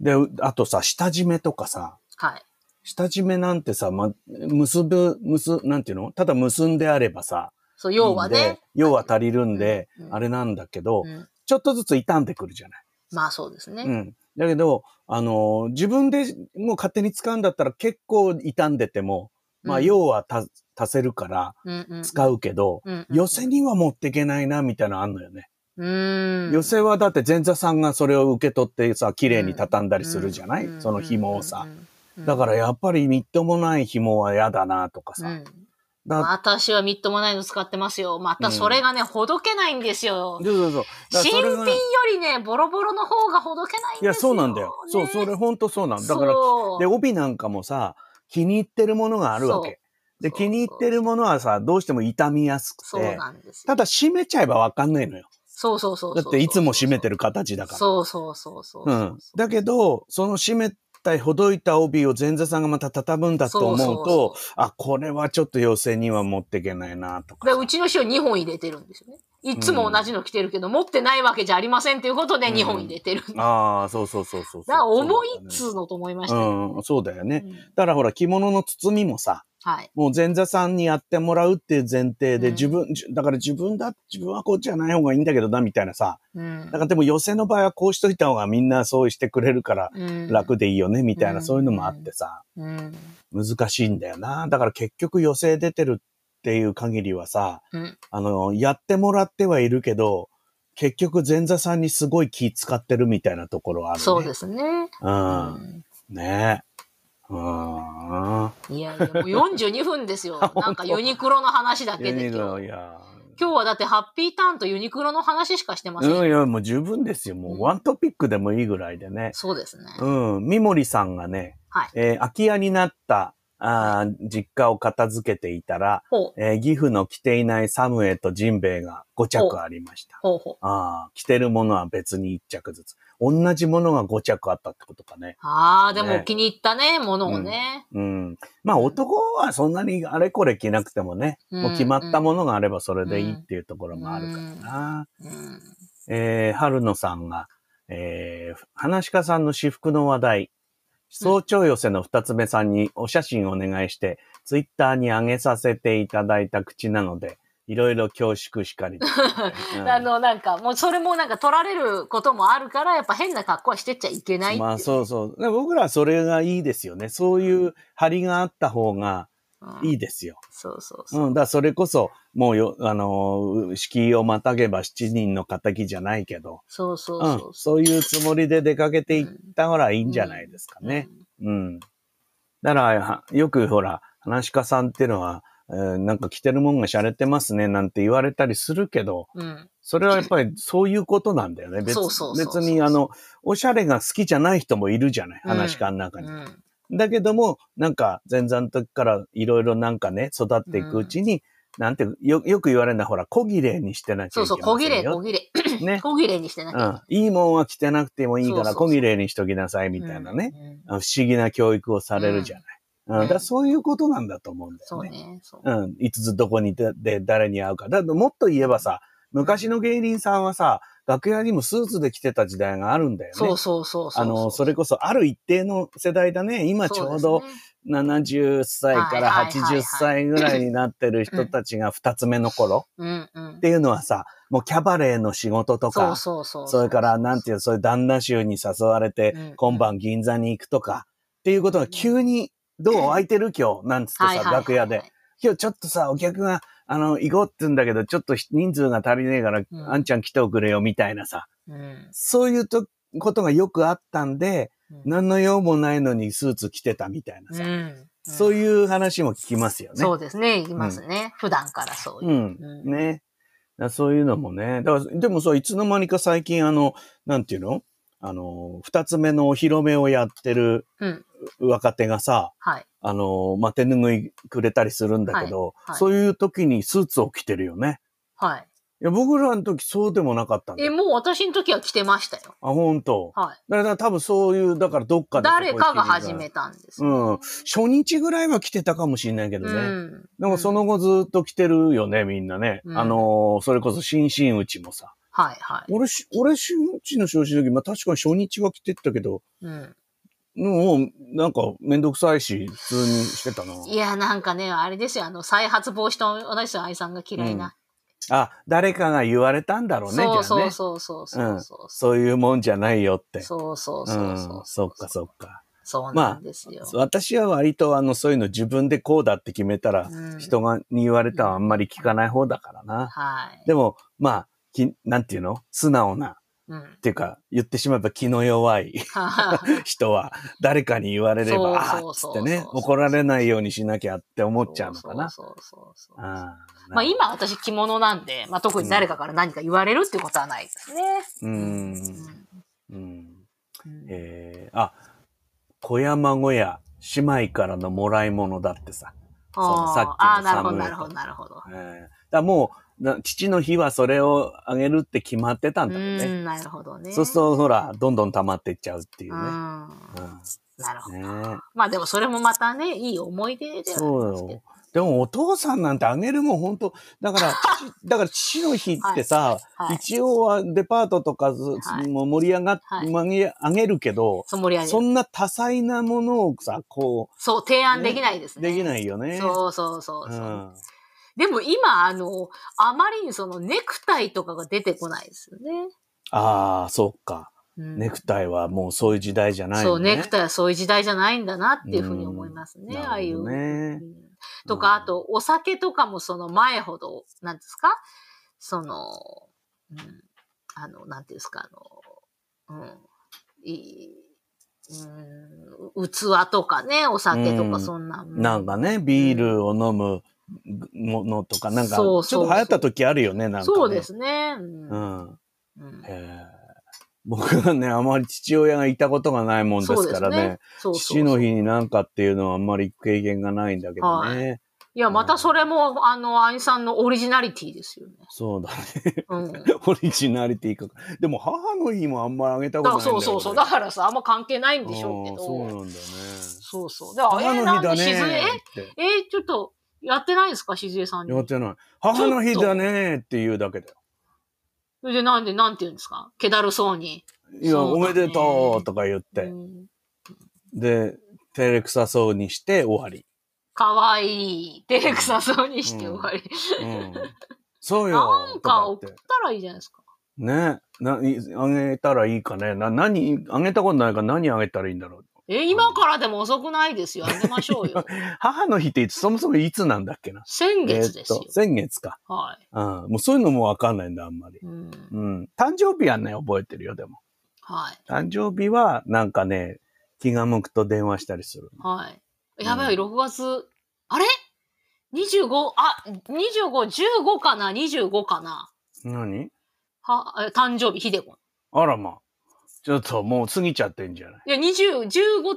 S1: で、あとさ、下締めとかさ、
S2: はい。
S1: 下締めなんてさ、ま、結ぶ、結、なんていうのただ結んであればさ、
S2: そう、要は
S1: いいんで
S2: ね。
S1: 要は足りるんで、
S2: うん
S1: あれなんだけど、
S2: うん。
S1: ちょっとずつ傷んでくるじゃない。
S2: まあそうですね。
S1: うん。だけど、あのー自分でもう勝手に使うんだったら結構傷んでても、まあ、
S2: うん
S1: 要は足足せるから
S2: うんうん、
S1: 使うけど、
S2: うんうんうん
S1: 寄せには持っていけないな、みたいなのあんのよね。
S2: うん。
S1: 寄せはだって前座さんがそれを受け取ってさ、綺麗に畳んだりするじゃない、
S2: うん
S1: その紐をさ。。
S2: うん
S1: だから、やっぱりみっともない紐は嫌だな、とか
S2: う
S1: さ。
S2: ん、
S1: だ
S2: 私はみっともないの使ってますよ。またそれがね、ほどけないんですよ。
S1: そうそうそう。だから
S2: 新
S1: それ
S2: 品よ
S1: が
S2: りね、ボロボロの方がほどけないんです
S1: い
S2: よ。
S1: や、そうなんだよ。そう、それ
S2: だ
S1: ほんとそうなんだ。だ
S2: か
S1: から
S2: ら、、
S1: で、帯なんかもさ、気に入ってるものがあるわけ。で、
S2: そう
S1: 気に入ってるものはさ、どうしても傷みやすく
S2: そう
S1: て、
S2: なんです
S1: た
S2: よ。
S1: だ閉めちゃえばわかんないのよ。
S2: そうそうそう
S1: だ
S2: そう
S1: っていつも閉めて
S2: る
S1: る形だから。
S2: そうそうそうそう。
S1: うん。だけど、その閉めたい、ほどいた帯を前座さんがまた畳むんだと思うと、
S2: そうそう
S1: あ、これはちょっと寄せには持っていけないな、とか
S2: で、
S1: さ。
S2: うちの師匠2本入れてるんですよね。いつも同じの着てるけど、持ってないわけじゃありませんということで2本入れてる。だか
S1: ああ、そうそうそうそうそう。
S2: ら重いっ
S1: そう
S2: つうのと思いまし
S1: だ
S2: た
S1: よ
S2: よ。
S1: ねうん、そうだよね。
S2: うん
S1: だからほら、着物の包みもさ、
S2: はい。
S1: もう前座さんにやってもらうっていう前提で、
S2: うん
S1: 自分、じゅだから自分だ、自分はこうじゃない方がいいんだけどな、みたいなさ。
S2: うん
S1: だからでも寄せの場合はこうしといた方がみんなそうしてくれるから楽でいいよね、みたいな、
S2: うん
S1: そういうのもあってさ、
S2: うん。
S1: 難しいんだよな。だから結局寄せ出てるっていう限りはさ、
S2: うん。
S1: あの、やってもらってはいるけど、結局前座さんにすごい気使ってるみたいなところはあるね。
S2: そうですね。
S1: う。
S2: うんん。
S1: ねえ。うん。
S2: いやいや、もう42分で すよ。なんかユニクロの話だけ
S1: ユ
S2: で
S1: ニク
S2: 今
S1: ロ
S2: 日。
S1: いや
S2: 今日はだってハッピーターンとユニクロの話しかしてません
S1: う
S2: よ。
S1: ん、いや、もう十分ですよ。も
S2: うん
S1: うワントピックでもいいぐらいでね。
S2: そうですね。
S1: うん。三森さんがね、
S2: はい
S1: えー空き家になった、あー実家を片付けていたら、
S2: ほう。
S1: えー岐阜の着ていないサムエとジンベエが5着ありました。
S2: ほうほう。
S1: ああ、着てるものは別に1着ずつ。同じものが5着あったってことかね。
S2: ああ、でも
S1: ね
S2: 気に入ったね、ものをね。
S1: うん。まあ男はそんなにあれこれ着なくてもね、
S2: うん
S1: もう決まったものがあればそれでいいっていうところもあるからな。
S2: うん。
S1: えー、春野さんが、えー、話し家さんの私服の話題、早朝寄せの二つ目さんにお写真お願いして、ツイッターに上げさせていただいた口なので、いろいろ恐縮しかりです。 うん
S2: あの、なんか、もうそれもなんか取られることもあるから、やっぱ変な格好はしてっちゃいけないっていう。
S1: まあそうそう。で僕らはそれがいいですよね。そういう張りがあった方が
S2: うん
S1: いいですよ。
S2: そうそうそう。
S1: うん。だからそれこそ、もうよ、あのー敷居をまたげば七人の敵じゃないけど、
S2: そうそう
S1: うん
S2: そ。う。
S1: そういうつもりで出かけていった方がいいんじゃないですかね。うん。だから、はよくほら、話し家さんっていうのは、えーなんか着てるもんが洒落てますねなんて言われたりするけど、
S2: うん。うん。
S1: それはやっぱりそういうことなんだよね。別
S2: そうそうそうそう
S1: 別にあの、おしゃれが好きじゃない人もいるじゃない、話し家の中に。
S2: うん。
S1: だけども、なんか前座の時からいろいろなんかね、育っていくうちに、なんてよ、よく言われるのはほら、小綺麗にしてなきゃ
S2: そ
S1: いうけ
S2: そう、
S1: ない。
S2: 小切れ、小切れ。
S1: ね。
S2: 小切れにしてなきゃいけ
S1: う
S2: ない。
S1: ん。いいもんは着てなくてもいいから、
S2: そうそうそう
S1: 小綺麗にしときなさいみたいなね。
S2: うんうん
S1: あの不思議な教育をされるじゃない。うん
S2: うん
S1: だからそういうことなんだと思うんだ
S2: そ
S1: よね。
S2: うね。そう
S1: うん。いつどこにいて、で、誰に会うか。だってもっと言えばさ、昔の芸人さんはさ、楽屋にもスーツで着てた時代があるんだよね。
S2: そうそうそうそう。
S1: あの、それこそある一定の世代だね。今ちょうど
S2: そですね
S1: 70歳から
S2: はいはいはいはい
S1: 80歳ぐらいになってる人たちが二つ目の頃
S2: うんうん
S1: っ。ていうのはさ、もうキャバレーの仕事と
S2: そう
S1: か、
S2: そうそう。
S1: それから、なんていう、そういう旦那衆に誘われて、
S2: うん
S1: 今晩銀座に行くとか、っていうことが急に、どう空いてる今日、なんつって
S2: はいはい
S1: さ、
S2: はいはい
S1: 楽屋で。。今日ちょっとさ、お客が、あの、行こうって言うんだけど、ちょっと人数が足りねえから、
S2: うん
S1: あんちゃん来ておくれよ、みたいなさ。
S2: うん。
S1: そういうと、ことがよくあったんで、何の用もないのにスーツ着てたみたいな
S2: う
S1: さ。
S2: ん。
S1: そう
S2: い
S1: いう話も聞きますよね。
S2: そうですね。いますね。普段からそういうう。
S1: ん
S2: う。ん
S1: ね。だからそういうのもね。だからでもさ、いつの間にか最近、あの、なんていうのあの、二つ目のお披露目をやってる
S2: うん。
S1: 若手がさ、
S2: はい。
S1: あの、まあ、手拭いくれたりするんだけど、
S2: はいはい
S1: そういう時にスーツを着てるよね。
S2: はい。
S1: や、僕らの時そうでもなかったんだ
S2: え、
S1: よ。
S2: もう私の時は着てましたよ。
S1: あ、本当。
S2: はい。
S1: だから多分そういう、だからどっかで。
S2: 誰かが始めたんです。
S1: うん。初日ぐらいは来てたかもしれないけどね。
S2: うん。
S1: でもその後ずっと来てるよね、みんなね。
S2: うん
S1: あのーそれこそ新真打ちもさ。
S2: はいはい。
S1: 俺し、俺新打ちの昇進の時、まあ確かに初日は来てったけど、
S2: うん。
S1: もうなんかめんどくさいし、普通にしてたない
S2: や、なんかね、あれですよ。あの、再発防止と同じですよ。愛さんが嫌いな。
S1: あ、誰かが言われたんだろうね、じゃあ
S2: そう
S1: ね。
S2: そうそうそうそううんそう。
S1: そういうもんじゃないよって。
S2: そうそう
S1: う
S2: そう。
S1: ん、そっかそっか。
S2: そうなんですよ。
S1: 私は割とあの、そういうの自分でこうだって決めたら、
S2: うん
S1: 人がに言われたらあんまり聞かない方だからな。
S2: はい。
S1: でも、まあ、きなんていうの素直な。
S2: うん
S1: っ。ていうか、言ってしまえば気の弱い 人は、誰かに言われれば、ああ
S2: そう
S1: ーっつ
S2: そ
S1: っ
S2: うそ
S1: て
S2: う
S1: ね、怒られないようにしなきゃって思っちゃうのかな。
S2: そうそうそうそうそう
S1: あー
S2: まあ、今私着物なんで、まあ、特に誰かから何か言われるっていうことはないですね。
S1: うー。
S2: うんん
S1: うん。
S2: うん
S1: えー、あ、小山小屋、姉妹からのもらい物だってさ。
S2: あー
S1: そのさっきの
S2: あー、なるほど、
S1: サムネ
S2: な
S1: イル
S2: るほど、なるほど。
S1: えー、だからもうな、父の日はそれをあげるって決まってた
S2: うん
S1: だろうね。
S2: ん、なるほどね。
S1: そうすると、ほら、どんどん溜まっていっちゃうっていう
S2: う
S1: ね。
S2: ん。なるほ
S1: う
S2: ど。
S1: ん、ねえ
S2: まあでもそれもまたね、いい思い出ではあ
S1: そう
S2: りますけど
S1: よ。でもお父さんなんてあげるもん本当だから、父 だから父の日ってさ、
S2: はい
S1: 一応はデパートとかず、
S2: はい
S1: もう盛り上がっ、
S2: はい
S1: まげあげるけど、
S2: そう、盛り上げ
S1: そ
S2: る。
S1: んな多彩なものをさ、こ
S2: そう、提案できないです
S1: う、
S2: ね。
S1: できないよね。
S2: そうそうそうそう、
S1: ん。
S2: でも今、あの、あまりにそのネクタイとかが出てこないですよね。
S1: ああ、そっか。
S2: うん
S1: ネクタイはもうそういう時代じゃない
S2: そ
S1: の
S2: う、
S1: ね。
S2: ネクタイはそういう時代じゃないんだなっていうふうに思いますね、
S1: うん
S2: ああいう。
S1: なるほどね
S2: うんとか、あと、お酒とかもその前ほど、なんですかその、うん、あの、なんていうんですか、あの、うん、いうん、器とかね、お酒と
S1: う
S2: か
S1: ん
S2: そんな。
S1: なんかね、ビールを飲むものとか、なんか、ち
S2: そ
S1: ょ
S2: う
S1: っ
S2: そうそう
S1: と流行った時あるよね、なんか、ね。
S2: そうで。すね。うん
S1: うん。
S2: うん
S1: へえ僕はね、あまり父親がいたことがないもんで
S2: そう
S1: す
S2: で
S1: か
S2: す
S1: らね
S2: ね。。そうそう
S1: 父の日になんかっていうのはあんまり経験がないんだけどね。
S2: いや、またそれも、あの、アイさんのオリジナリティですよね。
S1: そうだね。
S2: うん。だ
S1: オリジナリティか。でも母の日もあんまりあげたこと
S2: か
S1: ないん
S2: ら
S1: だよ、
S2: そうそうそう。だからさ、あんま関係ないんでしょうけ
S1: あー
S2: ど。
S1: そうなんだよね。
S2: そうそう。だから、
S1: 母
S2: え
S1: の
S2: ー、な
S1: 日
S2: んで
S1: だ
S2: 静江
S1: ねって。
S2: え、えー、ちょっと、やってないんですか静江さんに。
S1: やってない。母の日だねっていうだけだよ。
S2: それで、なんで、なんて言うんですか気だるそうに。
S1: いや、お
S2: そうだね
S1: めでとうとか言って。
S2: うん
S1: で、照れくさそうにして終わり。
S2: かわいい。照れくさそうにして終わり。
S1: うん。そうよ。
S2: なん
S1: と
S2: か
S1: かっ
S2: 送
S1: て
S2: ったらいいじゃないですか。
S1: ねないあげたらいいかね。な、何、あげたことないから何あげたらいいんだろう。
S2: えー、今からでも遅くないですよ。あげましょうよ。
S1: 母の日っていつ、そもそもいつなんだっけな。
S2: 先月です
S1: え
S2: よ
S1: ーっと。先月か。
S2: は
S1: うん。もうそういうのもわかんないんだ、あんまり
S2: い。。うん。
S1: うん。誕生日はね、覚えてるよ、でも。
S2: はい。
S1: 誕生日は、なんかね、気が向くと電話したりする。
S2: はい。やばい、6月。あれ ?25、あ、25、15かな ?25 かな
S1: 何
S2: は、え誕生日、ひでこ。
S1: あらま。ちょっともう過ぎちゃってんじゃない
S2: いや、20、15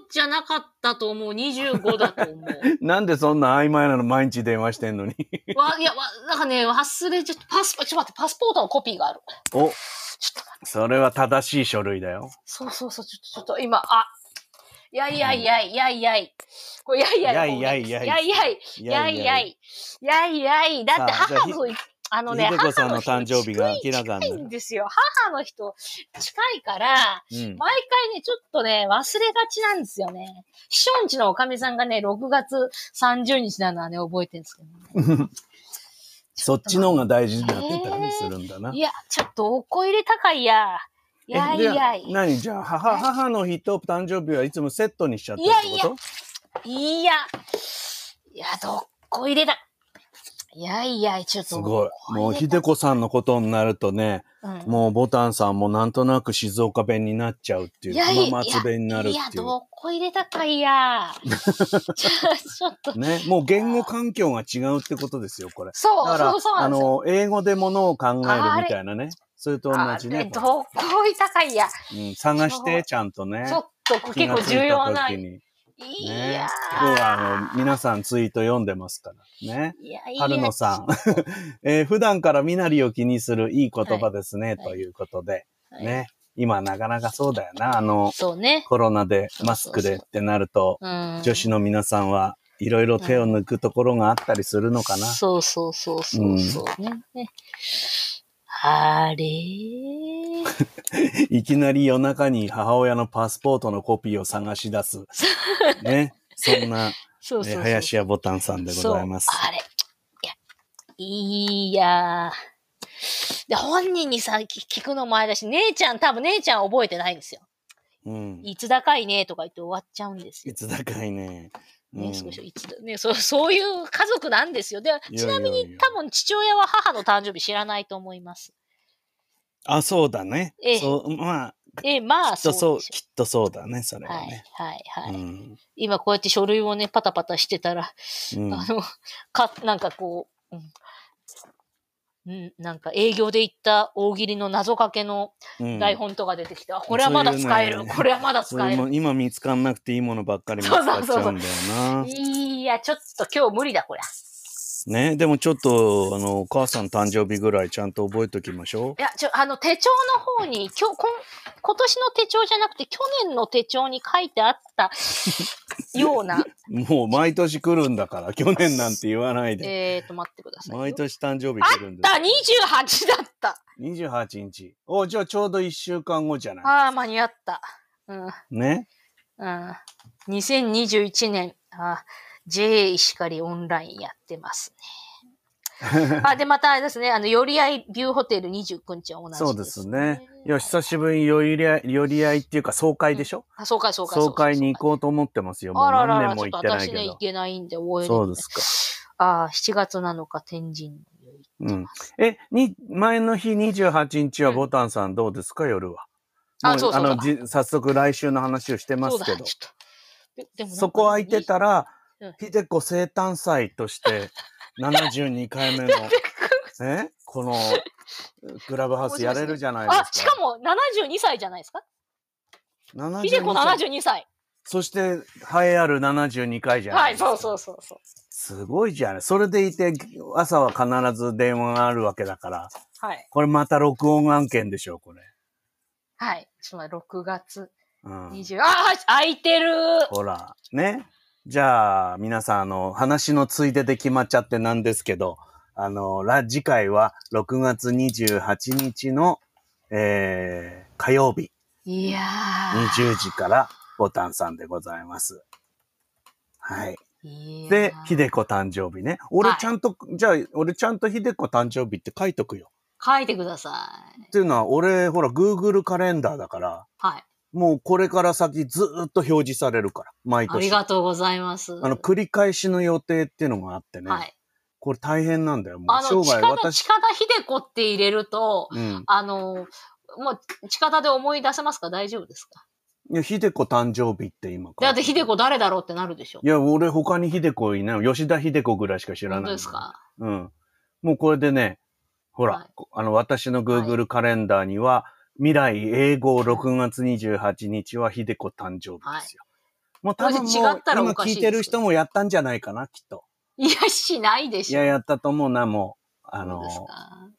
S2: じゃなかったと思う。25だと 思う。
S1: なんでそんな曖昧なの毎日電話してんのに。
S2: わ、いや、わ、なんかね、忘れちゃった。パスポ、ちょっと待って、パスポートのコピーがある。
S1: お、
S2: ちょっと待って。
S1: それは正しい書類だよ。
S2: そうそうそう、ちょっと、ちょっと、今、あ、いやいやいやいやいやい。これ、やいやい。
S1: やいやいやい
S2: いやいやい。
S1: い
S2: やいやい。やいやい。だって
S1: さあじゃあ
S2: 母の日、あのね、
S1: ひで
S2: 母
S1: こさんの
S2: 日
S1: 誕生日が明らかになる
S2: 近いんですよ。母の人、近いから、
S1: うん。
S2: 毎回ね、ちょっとね、忘れがちなんですよね。秘書んちのおかみさんがね、6月30日なのはね、覚えてるんですけどね、
S1: そっちの方が大事になってたりするんだな。
S2: いや、ちょっとお声入れ高いや。い
S1: え
S2: やい
S1: じゃ
S2: や
S1: あ
S2: い。
S1: 何じゃあ母、母の日と誕生日はいつもセットにしちゃってるってこと
S2: いやいいや。いや、どっこ入れだ。いやいや、ちょっと。
S1: すごい。もう、
S2: ひ
S1: ひ
S2: で
S1: で
S2: こ
S1: こさんのことになるとね、
S2: うん
S1: もう、ボタンさんもなんとなく静岡弁になっちゃうっていう、
S2: いやいや
S1: 浜松弁になる
S2: いや、
S1: ってい
S2: ど
S1: う。
S2: っこ入れ高 いや。ちょちょっと。
S1: ね、もう言語環境が違うってことですよ、これ。だ
S2: そ
S1: か
S2: う、
S1: ら、
S2: そう、そうな
S1: あ
S2: んですよ。
S1: の、英語でものを考えるみたいなね。それと同じ
S2: あ
S1: ね
S2: れ。どっこい高いや。
S1: うん、探して、ちゃんとね
S2: ちょ。っと、
S1: 気
S2: 結
S1: が
S2: 構
S1: ついた
S2: 重要な。
S1: 時
S2: い
S1: に
S2: い
S1: ね
S2: や、
S1: 今日
S2: ー
S1: はあの皆さんツイート読んでますからね。
S2: いやいや
S1: 春野さん、 えー普段から身なりを気にするいい言葉ですね、
S2: はい
S1: ということで、
S2: はい
S1: ね。今なかなかそうだよな。あの、
S2: そうね。
S1: コロナで
S2: そうそうそう
S1: マスクでってなると、
S2: うん。
S1: 女子の皆さんはいろいろ手を抜くところがあったりするのかな。
S2: そうそうそうそうそう、ねねあれー
S1: いきなり夜中に母親のパスポートのコピーを探し出 す。ね。そんな、
S2: そ
S1: え
S2: うそうそう。
S1: ー林家ボタンさんでございます
S2: そう。あれ。いや、いやーで、本人にさ、聞聞くのもあれだし、姉ちゃん、多分姉ちゃん覚えてないんですよ。
S1: うん。
S2: いつだかいねとか言って終わっちゃうんです
S1: い
S2: よ。
S1: つだかいね。う
S2: ね、
S1: ん
S2: 少し、いつだ、ね、そう、そういう家族なんですよ。で、ちなみ
S1: いやいやい
S2: に
S1: や
S2: 多分父親は母の誕生日知らないと思います。
S1: あ、そうだね。
S2: ええ
S1: そう、まあ、
S2: え、まあ、
S1: きっとそう、
S2: でしょ
S1: きっとそうだね、それは
S2: はい
S1: ね。、
S2: はい、はい。
S1: うん
S2: 今こうやって書類をね、パタパタしてたら、
S1: うん
S2: あの、か、なんかこう、うん、うんなんか営業で行った大喜利の謎かけの
S1: うん
S2: 台本とか出てきて、あ、これはまだ使え
S1: そ
S2: る、
S1: ういうね
S2: これはまだ
S1: そ
S2: 使
S1: うい
S2: え
S1: うも
S2: る。
S1: ん今見つかんなくていいものばっかり見つかっちゃうんだよな。
S2: いや、ちょっと今日無理だ、これ。
S1: ね、でもちょっと、あの、お母さん誕生日ぐらいちゃんと覚えときましょ
S2: いや、ちょ、あの、手帳の方に、今日、こん今年の手帳じゃなくて、去年の手帳に書いてあったよう な、
S1: う。もう毎年来るんだから、去年なんて言わないで。
S2: えーと、待ってくださいよ。
S1: 毎年誕生日
S2: あ
S1: 来るん
S2: っ
S1: です
S2: た !28 だった
S1: 28日。お、じゃあちょうど1週間後じゃない
S2: ああ、間に合った。うん。
S1: ね。
S2: うん2021年、あ JA 石狩オンラインやってます ね。あ、で、またあれですね、あの、寄り合いビューホテル29日は同じ
S1: そうですね。いや、久しぶりに寄り合い、寄り合いっていうか、総会でしょ、
S2: あ、そうか、そうか。
S1: 総会に行こうと思ってますよ。もう
S2: あらら
S1: 何
S2: ら、
S1: 年
S2: ち
S1: も
S2: ょっ
S1: 行
S2: と
S1: ってない
S2: 私
S1: け
S2: ね、行
S1: ど。
S2: けないんで、応援
S1: そうですか。
S2: ああ、7月7日、天神の夜行っ
S1: う
S2: て
S1: ん
S2: ま。す。
S1: え、に、前の日28日は
S2: うん
S1: ボタンさんどうですか、夜は。
S2: あ
S1: も
S2: そうそうそう
S1: あのじ、早速来週の話をしてま
S2: そう
S1: す
S2: だ、
S1: け
S2: ちょ
S1: ど
S2: っ。と。ででもなんか
S1: そこ空いてたら
S2: うん、
S1: ひでこ生誕祭として、72回 目の、えこの、クラブハウスやれるじゃない
S2: あ、
S1: で
S2: し
S1: す
S2: か
S1: か。
S2: も72歳じゃないですか
S1: 72
S2: ひでこ72歳。
S1: そして、栄えある72回じゃな
S2: はいい、
S1: ですか。
S2: そうそうそうそう。
S1: すごいじゃない。それでいて、朝は必ず電話があるわけだから、
S2: はい。
S1: これまた録音案件でしょ、これ。
S2: はい。つまり6月
S1: うん。
S2: 20、ああ、空いてる
S1: ほら、ね。じゃあ、皆さん、あの、話のついでで決まっちゃってなんですけど、あの、ら、次回は6月28日の、えー、火曜日
S2: いやー。
S1: 20時からボタンさんでございます。はい。
S2: いやー
S1: で、ひでこ誕生日ね。俺
S2: はい
S1: ちゃんと、じゃあ、俺ちゃんとひでこ誕生日って書いとくよ。
S2: 書いてください
S1: っ。ていうのは、俺、ほら、Google カレンダーだから、
S2: はい。
S1: もうこれから先ずーっと表示されるから、毎年。
S2: ありがとうございます。
S1: あの、繰り返しの予定っていうのがあってね。
S2: はい。
S1: これ大変なんだよ。も
S2: あの、
S1: う生
S2: 近
S1: 涯
S2: 田、
S1: 私。
S2: 近田秀子って入れると、
S1: うん。
S2: あの、もう、近田で思い出せますか大丈夫ですか
S1: いや、ひでこ誕生日って今から。
S2: だって秀子誰だろうってなるでしょ
S1: いや、俺他にひでこいない。吉田ひでこぐらいしか知らない。
S2: 本当ですか
S1: うん。もうこれでね、ほら、
S2: はい
S1: こあの、私の Google カレンダーには、未来英語6月28日はひでこ誕生日ですよ。もう多分もう、
S2: もし違ったら
S1: 今
S2: おか
S1: 聞
S2: し
S1: い
S2: い
S1: てる人もやったんじゃないかな、きっと。
S2: いや、しないで
S1: い
S2: しょ。
S1: や、やったと思うな、もう。あ
S2: そう
S1: の
S2: です、か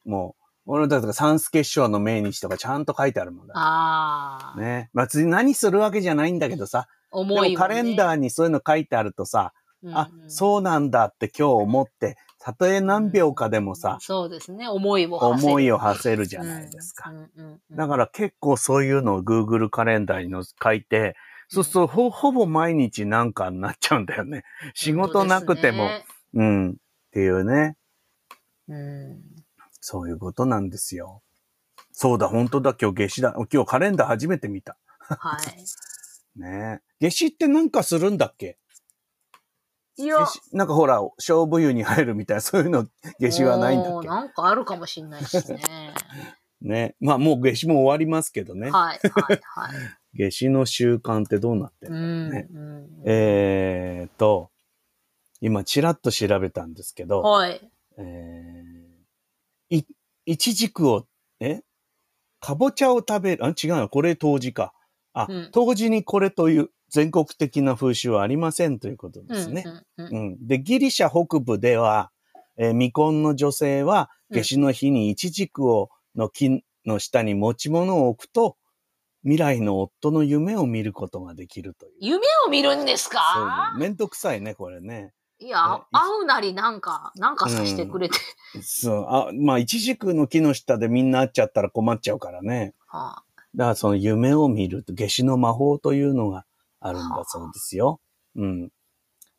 S1: もう、俺だとか三助師匠の命日とかちゃんと書いてあるもんだ。
S2: ああ、
S1: ね。まあ別に何するわけじゃないんだけどさ。で
S2: 思いを
S1: も
S2: ね
S1: カレンダーにそういうの書いてあるとさ、あ、そうなんだって今日思って、たとえ何秒かでも
S2: うん
S1: さ、
S2: そうですね。思いを馳せる。
S1: 思い
S2: を
S1: を馳せるじゃないですか。
S2: うんうんうん
S1: だから結構そういうのを Google カレンダーにの書いて、そうするとほほぼ毎日なんかになっちゃうんだよね。仕事なくても。
S2: 本
S1: うん。っていうね。
S2: 当ですねうん
S1: そういうことなんですよ。そうだ、本当だ、今日夏至だ。今日カレンダー初めて見た。
S2: はい。
S1: ねえ。夏至ってなんかするんだっけ
S2: いや
S1: 夏、至なんかほら、勝負湯に入るみたいな、そういうの、夏至はないんだ
S2: お
S1: っ
S2: ー
S1: け
S2: なんかあるかもしれないですね。
S1: ね。まあもう夏至も終わりますけどね。
S2: はい、はい、 はい。
S1: 夏至の習慣ってどうなってん
S2: う
S1: の
S2: ん、
S1: ね
S2: うん。
S1: えーと、今ちらっと調べたんですけど、
S2: はい。
S1: えー、い、いちじくを、えかぼちゃを食べる、あ、違うな、これ冬至か。あ、
S2: うん
S1: 冬至にこれという、全国的な風習はありませんということですね。
S2: うんうんうん
S1: うん、で、ギリシャ北部では、えー未婚の女性は、
S2: うん
S1: 夏至の日にイチジクを、の木の下に持ち物を置くと、未来の夫の夢を見ることができるという。
S2: 夢を見るんですか
S1: そうめんどくさいね、これね。
S2: いや、
S1: えい
S2: 会うなりなんか、なんかさしてくれて。
S1: そう。あ、まあ、イチジクの木の下でみんな会っちゃったら困っちゃうからね。
S2: はあ
S1: だからその夢を見ると、夏至の魔法というのがあるんだそうですよ。うん。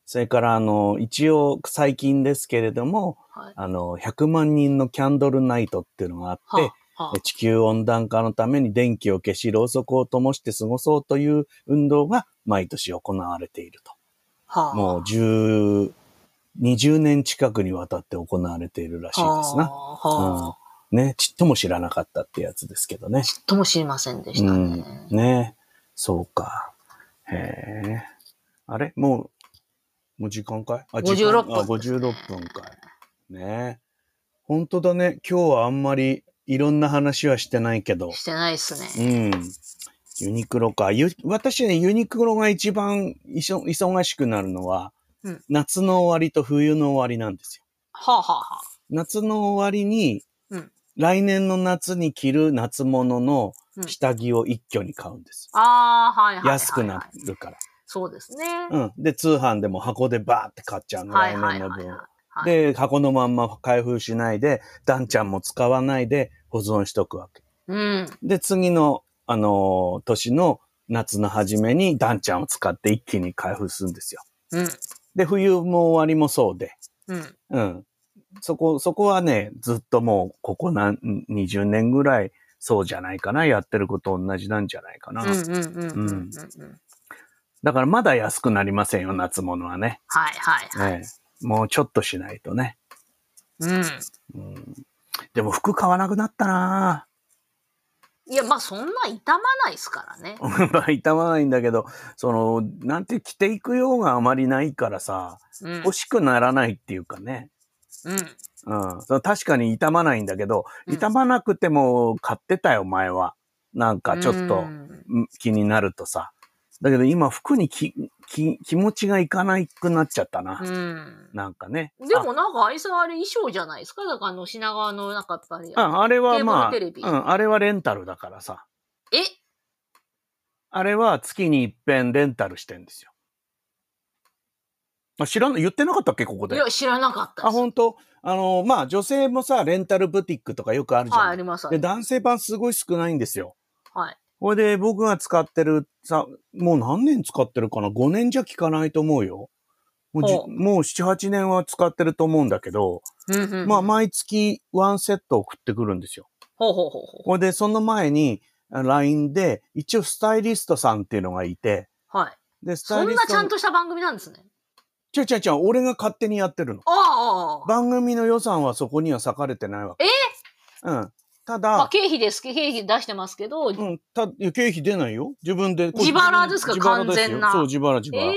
S1: それから、あの、一応最近ですけれども、
S2: はい
S1: あの、100万人のキャンドルナイトっていうのがあって、
S2: はあはあ
S1: 地球温暖化のために電気を消し、ろうそくを灯して過ごそうという運動が毎年行われている
S2: は
S1: と。
S2: あ
S1: もう10、20年近くにわたって行われているらしいですな。
S2: はあはあ
S1: うん、ね、ちっとも知らなかったってやつですけどね。
S2: ちっとも知りませんでしたね。
S1: うん。ね。そうか。へえ。あれもう、もう時間かいあ、時間
S2: 56分
S1: あ、56分かい。ね本当だね。今日はあんまりいろんな話はしてないけど。
S2: してないっすね。
S1: うん。ユニクロか。ゆ私ね、ユニクロが一番いそ忙しくなるのは、
S2: うん
S1: 夏の終わりと冬の終わりなんですよ。
S2: はあはあは
S1: 夏の終わりに、
S2: うん
S1: 来年の夏に着る夏物の
S2: うん
S1: 下着を一挙に買うんです。
S2: あ。ああ、はいはいはい、はい。
S1: 安くなるから。
S2: そうですね。
S1: うん。で、通販でも箱でバーって買っちゃうの、
S2: は
S1: 来
S2: い
S1: 年
S2: はい
S1: の
S2: はい
S1: 分。
S2: はい。
S1: で、箱のまんま開封しないで、ダンちゃんも使わないで保存しとくわけ。
S2: うん。
S1: で、次の、あのー年の夏の初めにダンちゃんを使って一気に開封するんですよ。
S2: うん。
S1: で、冬も終わりもそうで、
S2: うん。
S1: うん。そこ、そこはね、ずっともう、ここ何、20年ぐらい、そうじゃないかな。やってること同じなんじゃないかな。
S2: うんうんうんうんうんうん。
S1: だからまだ安くなりませんよ、夏物はね。
S2: はいはいはい。
S1: ええもうちょっとしないとね。
S2: うん。
S1: うん、でも服買わなくなったない
S2: や、まあそんな傷まないですからね。
S1: まあ、痛まないんだけど、その、なんて着ていくようがあまりないからさ、
S2: うん。うん
S1: 欲。しくならないっていうかね。うん。その確かに痛まないんだけど、
S2: うん
S1: 痛まなくても買ってたよ、前は。なんかちょっと
S2: う、ん
S1: うん気になるとさ。だけど今、服にきき気持ちがいかないくなっちゃったな。
S2: うん。
S1: なんかね。
S2: でもなんかあいつはあれ衣装じゃないですかだからあの品川のなんかやっぱり。
S1: あ、ああれはまあ、
S2: ケーブルテレビ
S1: うん、あれはレンタルだからさ。
S2: え
S1: あれは月に一遍レンタルしてんですよ。あ知らない、言ってなかったっけ、ここ
S2: い
S1: で。
S2: や、知らなかった
S1: あ、
S2: です。
S1: 本当あの、まあ、女性もさ、レンタルブティックとかよくあるじゃん。
S2: はい、あります。あ
S1: で、
S2: りま
S1: 男性版すごい少ないんですよ。
S2: すはい。
S1: これで僕が使ってるさ、もう何年使ってるかな ?5 年じゃ効かないと思うよ。もうじ
S2: ほう
S1: もう7、8年は使ってると思うんだけど、
S2: うんうん。
S1: まあ毎月ワンセット送ってくるんですよ。
S2: ほうほうほうほ
S1: これでその前にあ LINE で一応スタイリストさんっていうのがいて、
S2: う。はい。
S1: で、スタ
S2: そ
S1: イ
S2: ん
S1: リ
S2: な
S1: スト
S2: ちゃんとした番組なんですね。
S1: ちゃちゃちゃ、俺が勝手にやってるの。
S2: ああああ、
S1: 番組の予算はそこには割かれてないわけ。
S2: え
S1: うん。た
S2: まあ、
S1: だ、
S2: 経費です。経費出してますけど、
S1: うん、た、いや経費出ないよ。自分で。
S2: 自腹ですか
S1: 自腹よ
S2: 完全な
S1: そう、自腹自
S2: え
S1: 腹。い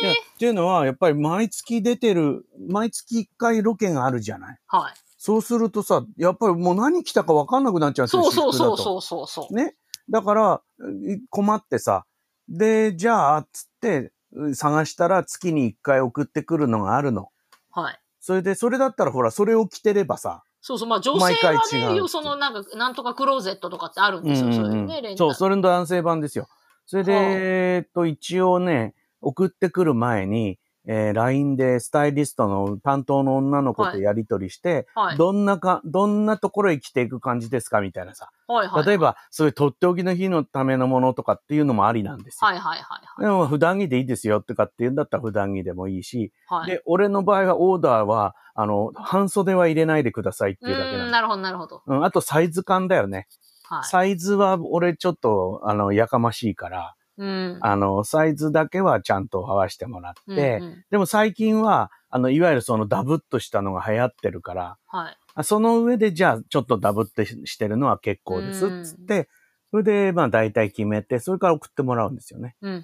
S2: え
S1: や、っていうのは、やっぱり毎月出てる、毎月一回ロケがあるじゃない。
S2: はい。
S1: そうするとさ、やっぱりもう何来たか分かんなくなっちゃうんですよ。
S2: そうそうそう
S1: 私服だと
S2: そうそうそう。
S1: ね。だから、い困ってさ、で、じゃあ、つって、うん探したら月に一回送ってくるのがあるの。
S2: はい。
S1: それで、それだったらほら、それを着てればさ。
S2: そうそう。まあ女
S1: 毎
S2: 性
S1: 回
S2: は
S1: 違うってい
S2: ね、
S1: う
S2: そのなんか、なんとかクローゼットとかってあるんですよ。それね、レンタ
S1: そ
S2: ル。
S1: う、それの男性版ですよ。それで、
S2: はあ
S1: えーっと、一応ね、送ってくる前に、えー LINE でスタイリストの担当の女の子
S2: は
S1: と
S2: い
S1: やりとりして、
S2: はい。
S1: どんなか、どんなところへ着ていく感じですかみたいなさ。
S2: はいはい。
S1: 例えば、そういうとっておきの日のためのものとかっていうのもありなんですよ。
S2: はいはいはい
S1: でも、普段着でいいですよとかっていうんだったら普段着でもいいし、
S2: はい。はい。
S1: で、俺の場合はオーダーは、あの、半袖は入れないでくださいって
S2: う
S1: いうだけな
S2: ー
S1: ん
S2: ん、
S1: です。
S2: なるほどなるほど。
S1: うん、あとサイズ感だよね。
S2: はい。
S1: サイズは俺ちょっと、あの、やかましいから、
S2: うん。
S1: あの、サイズだけはちゃんと合わせてもらって、
S2: うんうん
S1: でも最近は、あの、いわゆるそのダブっとしたのが流行ってるから、
S2: はい。
S1: あその上で、じゃあ、ちょっとダブってししてるのは結構です。
S2: うん
S1: つって、それで、まあ、大体決めて、それから送ってもらうんですよね。
S2: うんう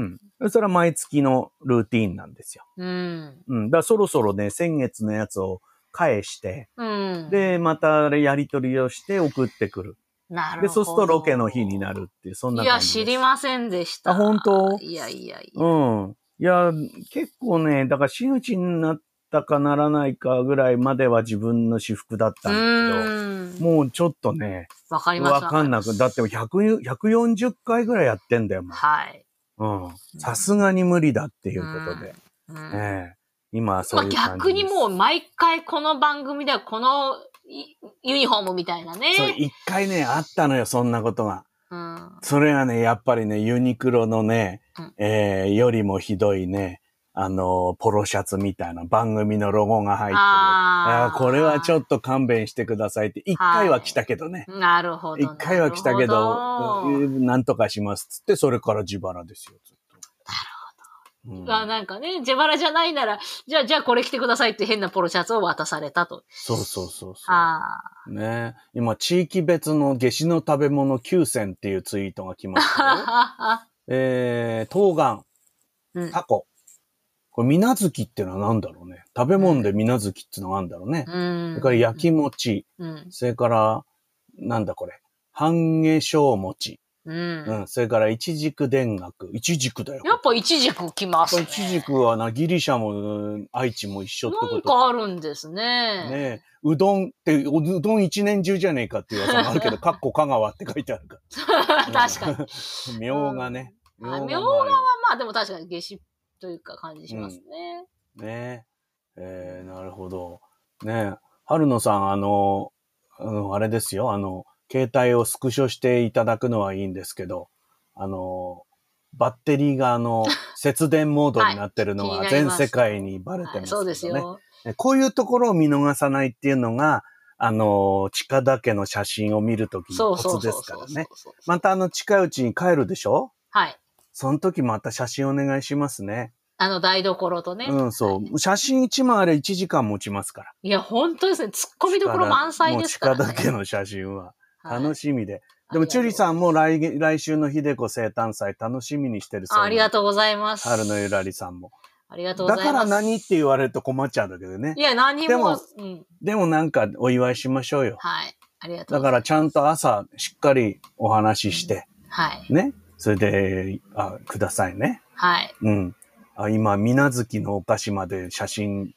S2: ん
S1: うん。それは毎月のルーティーンなんですよ。
S2: うん。
S1: うん。だから、そろそろね、先月のやつを返して、
S2: うん。うん。
S1: で、またあれやり取りをして送ってくる。
S2: なるほど。
S1: で、そうするとロケの日になるっていう、そんない感
S2: や、
S1: じです。
S2: 知りませんでした。
S1: あ本当
S2: いやいやいや。
S1: うん。いや、結構ね、だから真打ちになったかならないかぐらいまでは自分の私服だった
S2: うん
S1: だ
S2: ー
S1: けど、
S2: ん。
S1: もうちょっとね、
S2: わかります。
S1: わかんなく、だって100 140回ぐらいやってんだよ、も
S2: はい。
S1: う。うん。さすがに無理だっていうことで。
S2: うん
S1: ええ今はそ
S2: ま
S1: う
S2: あ
S1: いう感じです。
S2: 逆にもう毎回この番組ではこのいユニフォームみたいなね。
S1: そう、一回ね、あったのよ、そんなことが。
S2: うん。
S1: それがね、やっぱりね、ユニクロのね、
S2: うん
S1: えーよりもひどいね、あの、ポロシャツみたいな番組のロゴが入ってる。
S2: あ
S1: あーこれはちょ
S2: っ
S1: っと勘弁してくださいって、一回は来たけどね。
S2: と。なるほど。
S1: 一、回は来たけど、
S2: なるほど
S1: うんなんとかしますっつって、それから自腹ですよ、ずっと。なるほ
S2: あなんかね、自腹じゃないなら、じゃあ、じゃあこれ着てくださいって変なポロシャツを渡されたと。
S1: そうそうそうそう。
S2: あ
S1: ね今、地域別の夏至の食べ物9選っていうツイートが来ました よ。
S2: あ。
S1: えー、冬瓜、
S2: うん
S1: タコ。これ、水無月っていうのは何だろうね。食べ物で水無月っていうのがあるんだろうね。
S2: うん。
S1: それから焼き餅、
S2: うん。
S1: それから、なんだこれ。半夏生餅。
S2: うん。
S1: うん。それから、一軸田楽。一軸だよ。
S2: やっぱ一軸来ま
S1: やっぱ
S2: すね。
S1: 一軸はな、ギリシャもうん愛知も一緒って
S2: な
S1: こ
S2: ん
S1: とか
S2: かあるんです
S1: ね
S2: ね。
S1: えうどんって、ううどん一年中じゃねえかっていう噂もある けど、かっこ香川って書いてあるか
S2: 確
S1: ら。
S2: かに。
S1: に。みょうがね。
S2: うんあ
S1: みょうがもあります
S2: まあでも確かに夏至というか感じしますね。
S1: ねええーなるほど。ねえ春野さん、あの、あの、あれですよ、あの、携帯をスクショしていただくのはいいんですけど、あの、バッテリーがあ の、節電モードになってるの
S2: はい
S1: が
S2: 気になり
S1: 全
S2: ます
S1: 世界にバレて
S2: は
S1: ま
S2: い
S1: すけど
S2: そう
S1: ね。
S2: ですよ。
S1: えこういうところを見逃さないっていうのが、あの、近田家の写真を見るとき
S2: そ
S1: の
S2: うそ
S1: コ
S2: う
S1: ツ
S2: そ
S1: で
S2: う
S1: すか
S2: そ
S1: ら
S2: う。
S1: ね。またあの、近いうちに帰るでしょ
S2: はい。
S1: その時また写真お願いしますね。
S2: あの台所とね。
S1: うん、そう。写真1枚あれ1時間持ちますから。
S2: いや、本当ですね。突っ込みどころ満載ですから、ね。
S1: もう近だけの写真は。
S2: はい
S1: 楽しみで。でも、チュリ
S2: あ
S1: さんも来月来週の秀子生誕祭楽しみにしてるそう
S2: あありが
S1: と
S2: とうございます。
S1: 春のゆらりさんも。
S2: ありがとうござ
S1: だ
S2: います。
S1: から何って言われると困っちゃうんだけどね
S2: い。や、何も
S1: でも
S2: うん。
S1: でもなんかお祝いしましょうよ。
S2: はい。ありがとう
S1: だ
S2: ござ
S1: か
S2: いま
S1: らちゃんと朝しっかりお話しして、
S2: す。はい。
S1: ね。それで、あ、くださいね。
S2: はい。
S1: うん。あ今、水無月のお菓子まで写真、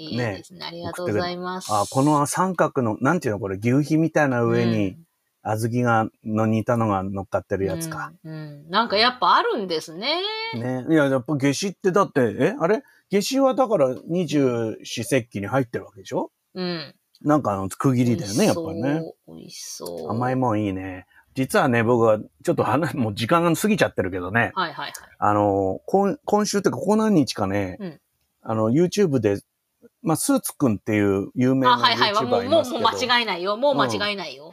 S2: いいですね。ありがとうございます。
S1: あ、この三角の、なんていうのこれ、牛皮みたいな上に、小豆が、の煮たのが乗っかって
S2: う
S1: る
S2: ん
S1: やつか。
S2: うん。うんなんかやっぱあるんですね。
S1: ね。いや、やっぱ夏至ってだって、えあれ夏至はだから二十四節気に入ってるわけでしょ
S2: うん。
S1: なんかあの、区切りだよね、やっぱり
S2: 美味し
S1: ね。
S2: そう。美味しそう。
S1: 甘い
S2: も
S1: もんいいね。実はね、僕は、ちょっと 話、もう時間が過ぎちゃってるけどね。
S2: はいはいはい。
S1: あの、今今週っていうか、ここ何日かね、
S2: うん
S1: あの、YouTube で、まあ、スーツくんっていう有名な
S2: あ、はいはい。もう、
S1: YouTuber
S2: もう
S1: いま、す
S2: も
S1: け
S2: う
S1: ど、
S2: 間違いないよ。もう間違いないよ。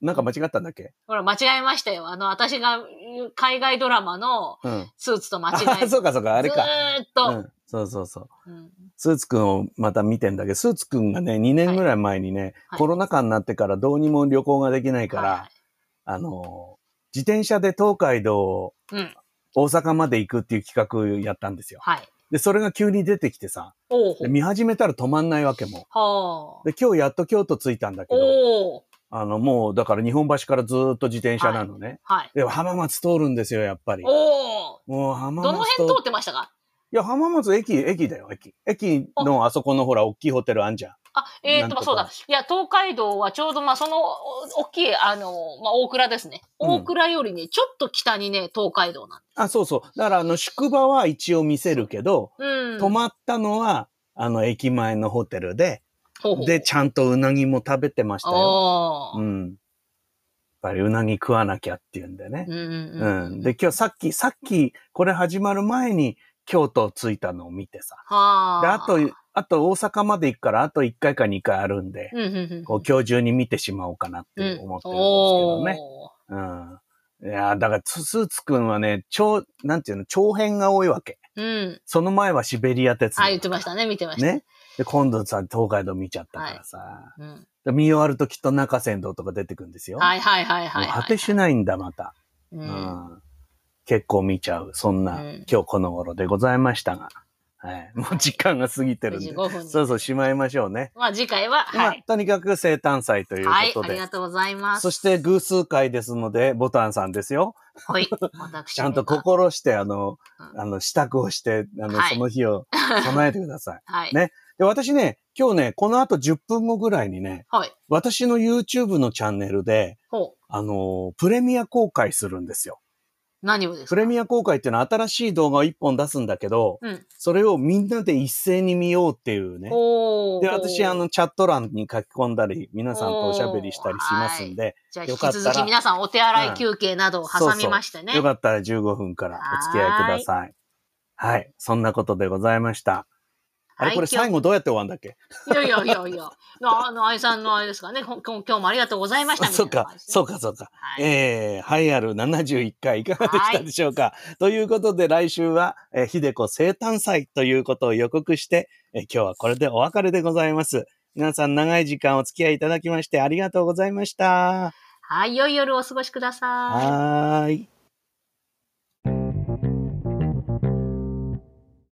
S1: なんか間違ったんだっけ
S2: ほら、間違えましたよ。あの、私が言う海外ドラマの
S1: うん。
S2: スーツと間違え
S1: あ、そうかそうか、あれか。
S2: ずーっ
S1: う
S2: と。
S1: ん。そうそうそう。
S2: うん
S1: スーツくんをまた見てんだけど、スーツくんがね、2年ぐらい前にね、
S2: はい
S1: コロナ禍になってからどうにも旅行ができないから、
S2: は
S1: あのー、自転車で東海道を
S2: いはいうん。
S1: 大阪まで行くっていう企画やったんですよ。
S2: はい。
S1: で、それが急に出てきてさ、
S2: おう
S1: で見始めたら止まんないわけも。
S2: ほう。
S1: で、今日やっと京都着いたんだけど、
S2: おう
S1: あの、もうだから日本橋からずーっと自転車なのね。
S2: はい。
S1: で、浜松通るんですよ、やっぱり。
S2: おう
S1: もう浜松
S2: どの辺通ってましたか
S1: いや、浜松駅、駅だよ、駅。駅のあそこのほら、大きいホテルあんじゃん。
S2: あ、えー
S1: なんと
S2: と、まあ
S1: か
S2: そうだ。いや、東海道はちょうど、まあその、お大きい、あの、まあ大倉ですね。
S1: うん
S2: 大倉よりね、ちょっと北にね、東海道なんで
S1: あ、そうそう。だから、あの、宿場は一応見せるけど、
S2: す。うん。
S1: 泊まったのは、あの、駅前のホテルで、
S2: ほうほう
S1: で、ちゃんとうなぎも食べてましたよ。
S2: お
S1: う
S2: ー
S1: ん。やっぱりうなぎ食わなきゃっていうんでね
S2: う。ん
S1: う。
S2: うんん。
S1: で、今日さっき、さっき、これ始まる前に、京都着いたのを見てさ。
S2: は
S1: で、あと、あと大阪まで行くから、あと1回か2回あるんで、
S2: うんうんうん。
S1: こう、今日中に見てしまおうかなって思ってるんですけどね。うん。いやーだから、ススーツくんはね、長、なんていうの、長編が多いわけ。
S2: うん。おーうん。
S1: その前はシベリア鉄道。
S2: あ、言ってましたね。見てました。
S1: ね。で、今度さ、東海道見ちゃったからさ。
S2: うん。
S1: で見終わるときっと中山道とか出てくるんですよ。
S2: はいはいはいはい
S1: もう
S2: はい。
S1: 果てしないんだ、また。
S2: う。
S1: うんん結構見ちゃう。そんな、
S2: うん
S1: 今日この頃でございましたが。はい。もう時間が過ぎてるんで。
S2: 25分
S1: そ
S2: に。
S1: うそう、しまいましょうね。
S2: まあ次回は、
S1: ま
S2: は
S1: あ
S2: い。、
S1: とにかく生誕祭という
S2: はい、
S1: こ
S2: あ
S1: と
S2: り
S1: で。
S2: がとうございます
S1: そ。して偶数回ですので、ボタンさんですよ。
S2: はい。私。
S1: ちゃんと。心して、あの、
S2: うん
S1: あの、支度をして、あの、
S2: はい
S1: その日 を備えてください。
S2: はい。
S1: ねで、私ね、今日ね、この後10分後ぐらいにね、
S2: はい。
S1: 私の YouTube のチャンネルで、
S2: ほ
S1: あの、プレミア公開するんですよ。
S2: う。何をですか
S1: プレミア公開っていうのは新しい動画を1本出すんだけど、
S2: うん。
S1: それをみんなで一斉に見ようっていうね。
S2: ほう。
S1: で、私、あ、の、チャット欄に書き込んだり、皆さんとおしゃべりしたりしますんで、
S2: じゃあ引
S1: よ
S2: き
S1: かったら
S2: 続き皆さんお手洗い休憩などを挟みましてね。
S1: よかったら15分からお付き合いください。はい。そんなことでございました。あれ、
S2: はい
S1: これ
S2: 今日
S1: 最後どうやって終わるんだっけ
S2: いやいやいやいや。 あの、愛さんのあれですかね。こ今日今日もありがとうございましたみた
S1: そ
S2: いうな
S1: か
S2: 感じ、ですね。
S1: そうか、そうか。
S2: はい。
S1: えー、栄えある71回いかがでしたでしょうか、ということで来週は、えー、ひでこ生誕祭ということを予告して、えー今日はこれでお別れでございます。皆さん長い時間お付き合いいただきましてありがとうございました。
S2: はい。良い夜をお過ごしください。
S1: はーい。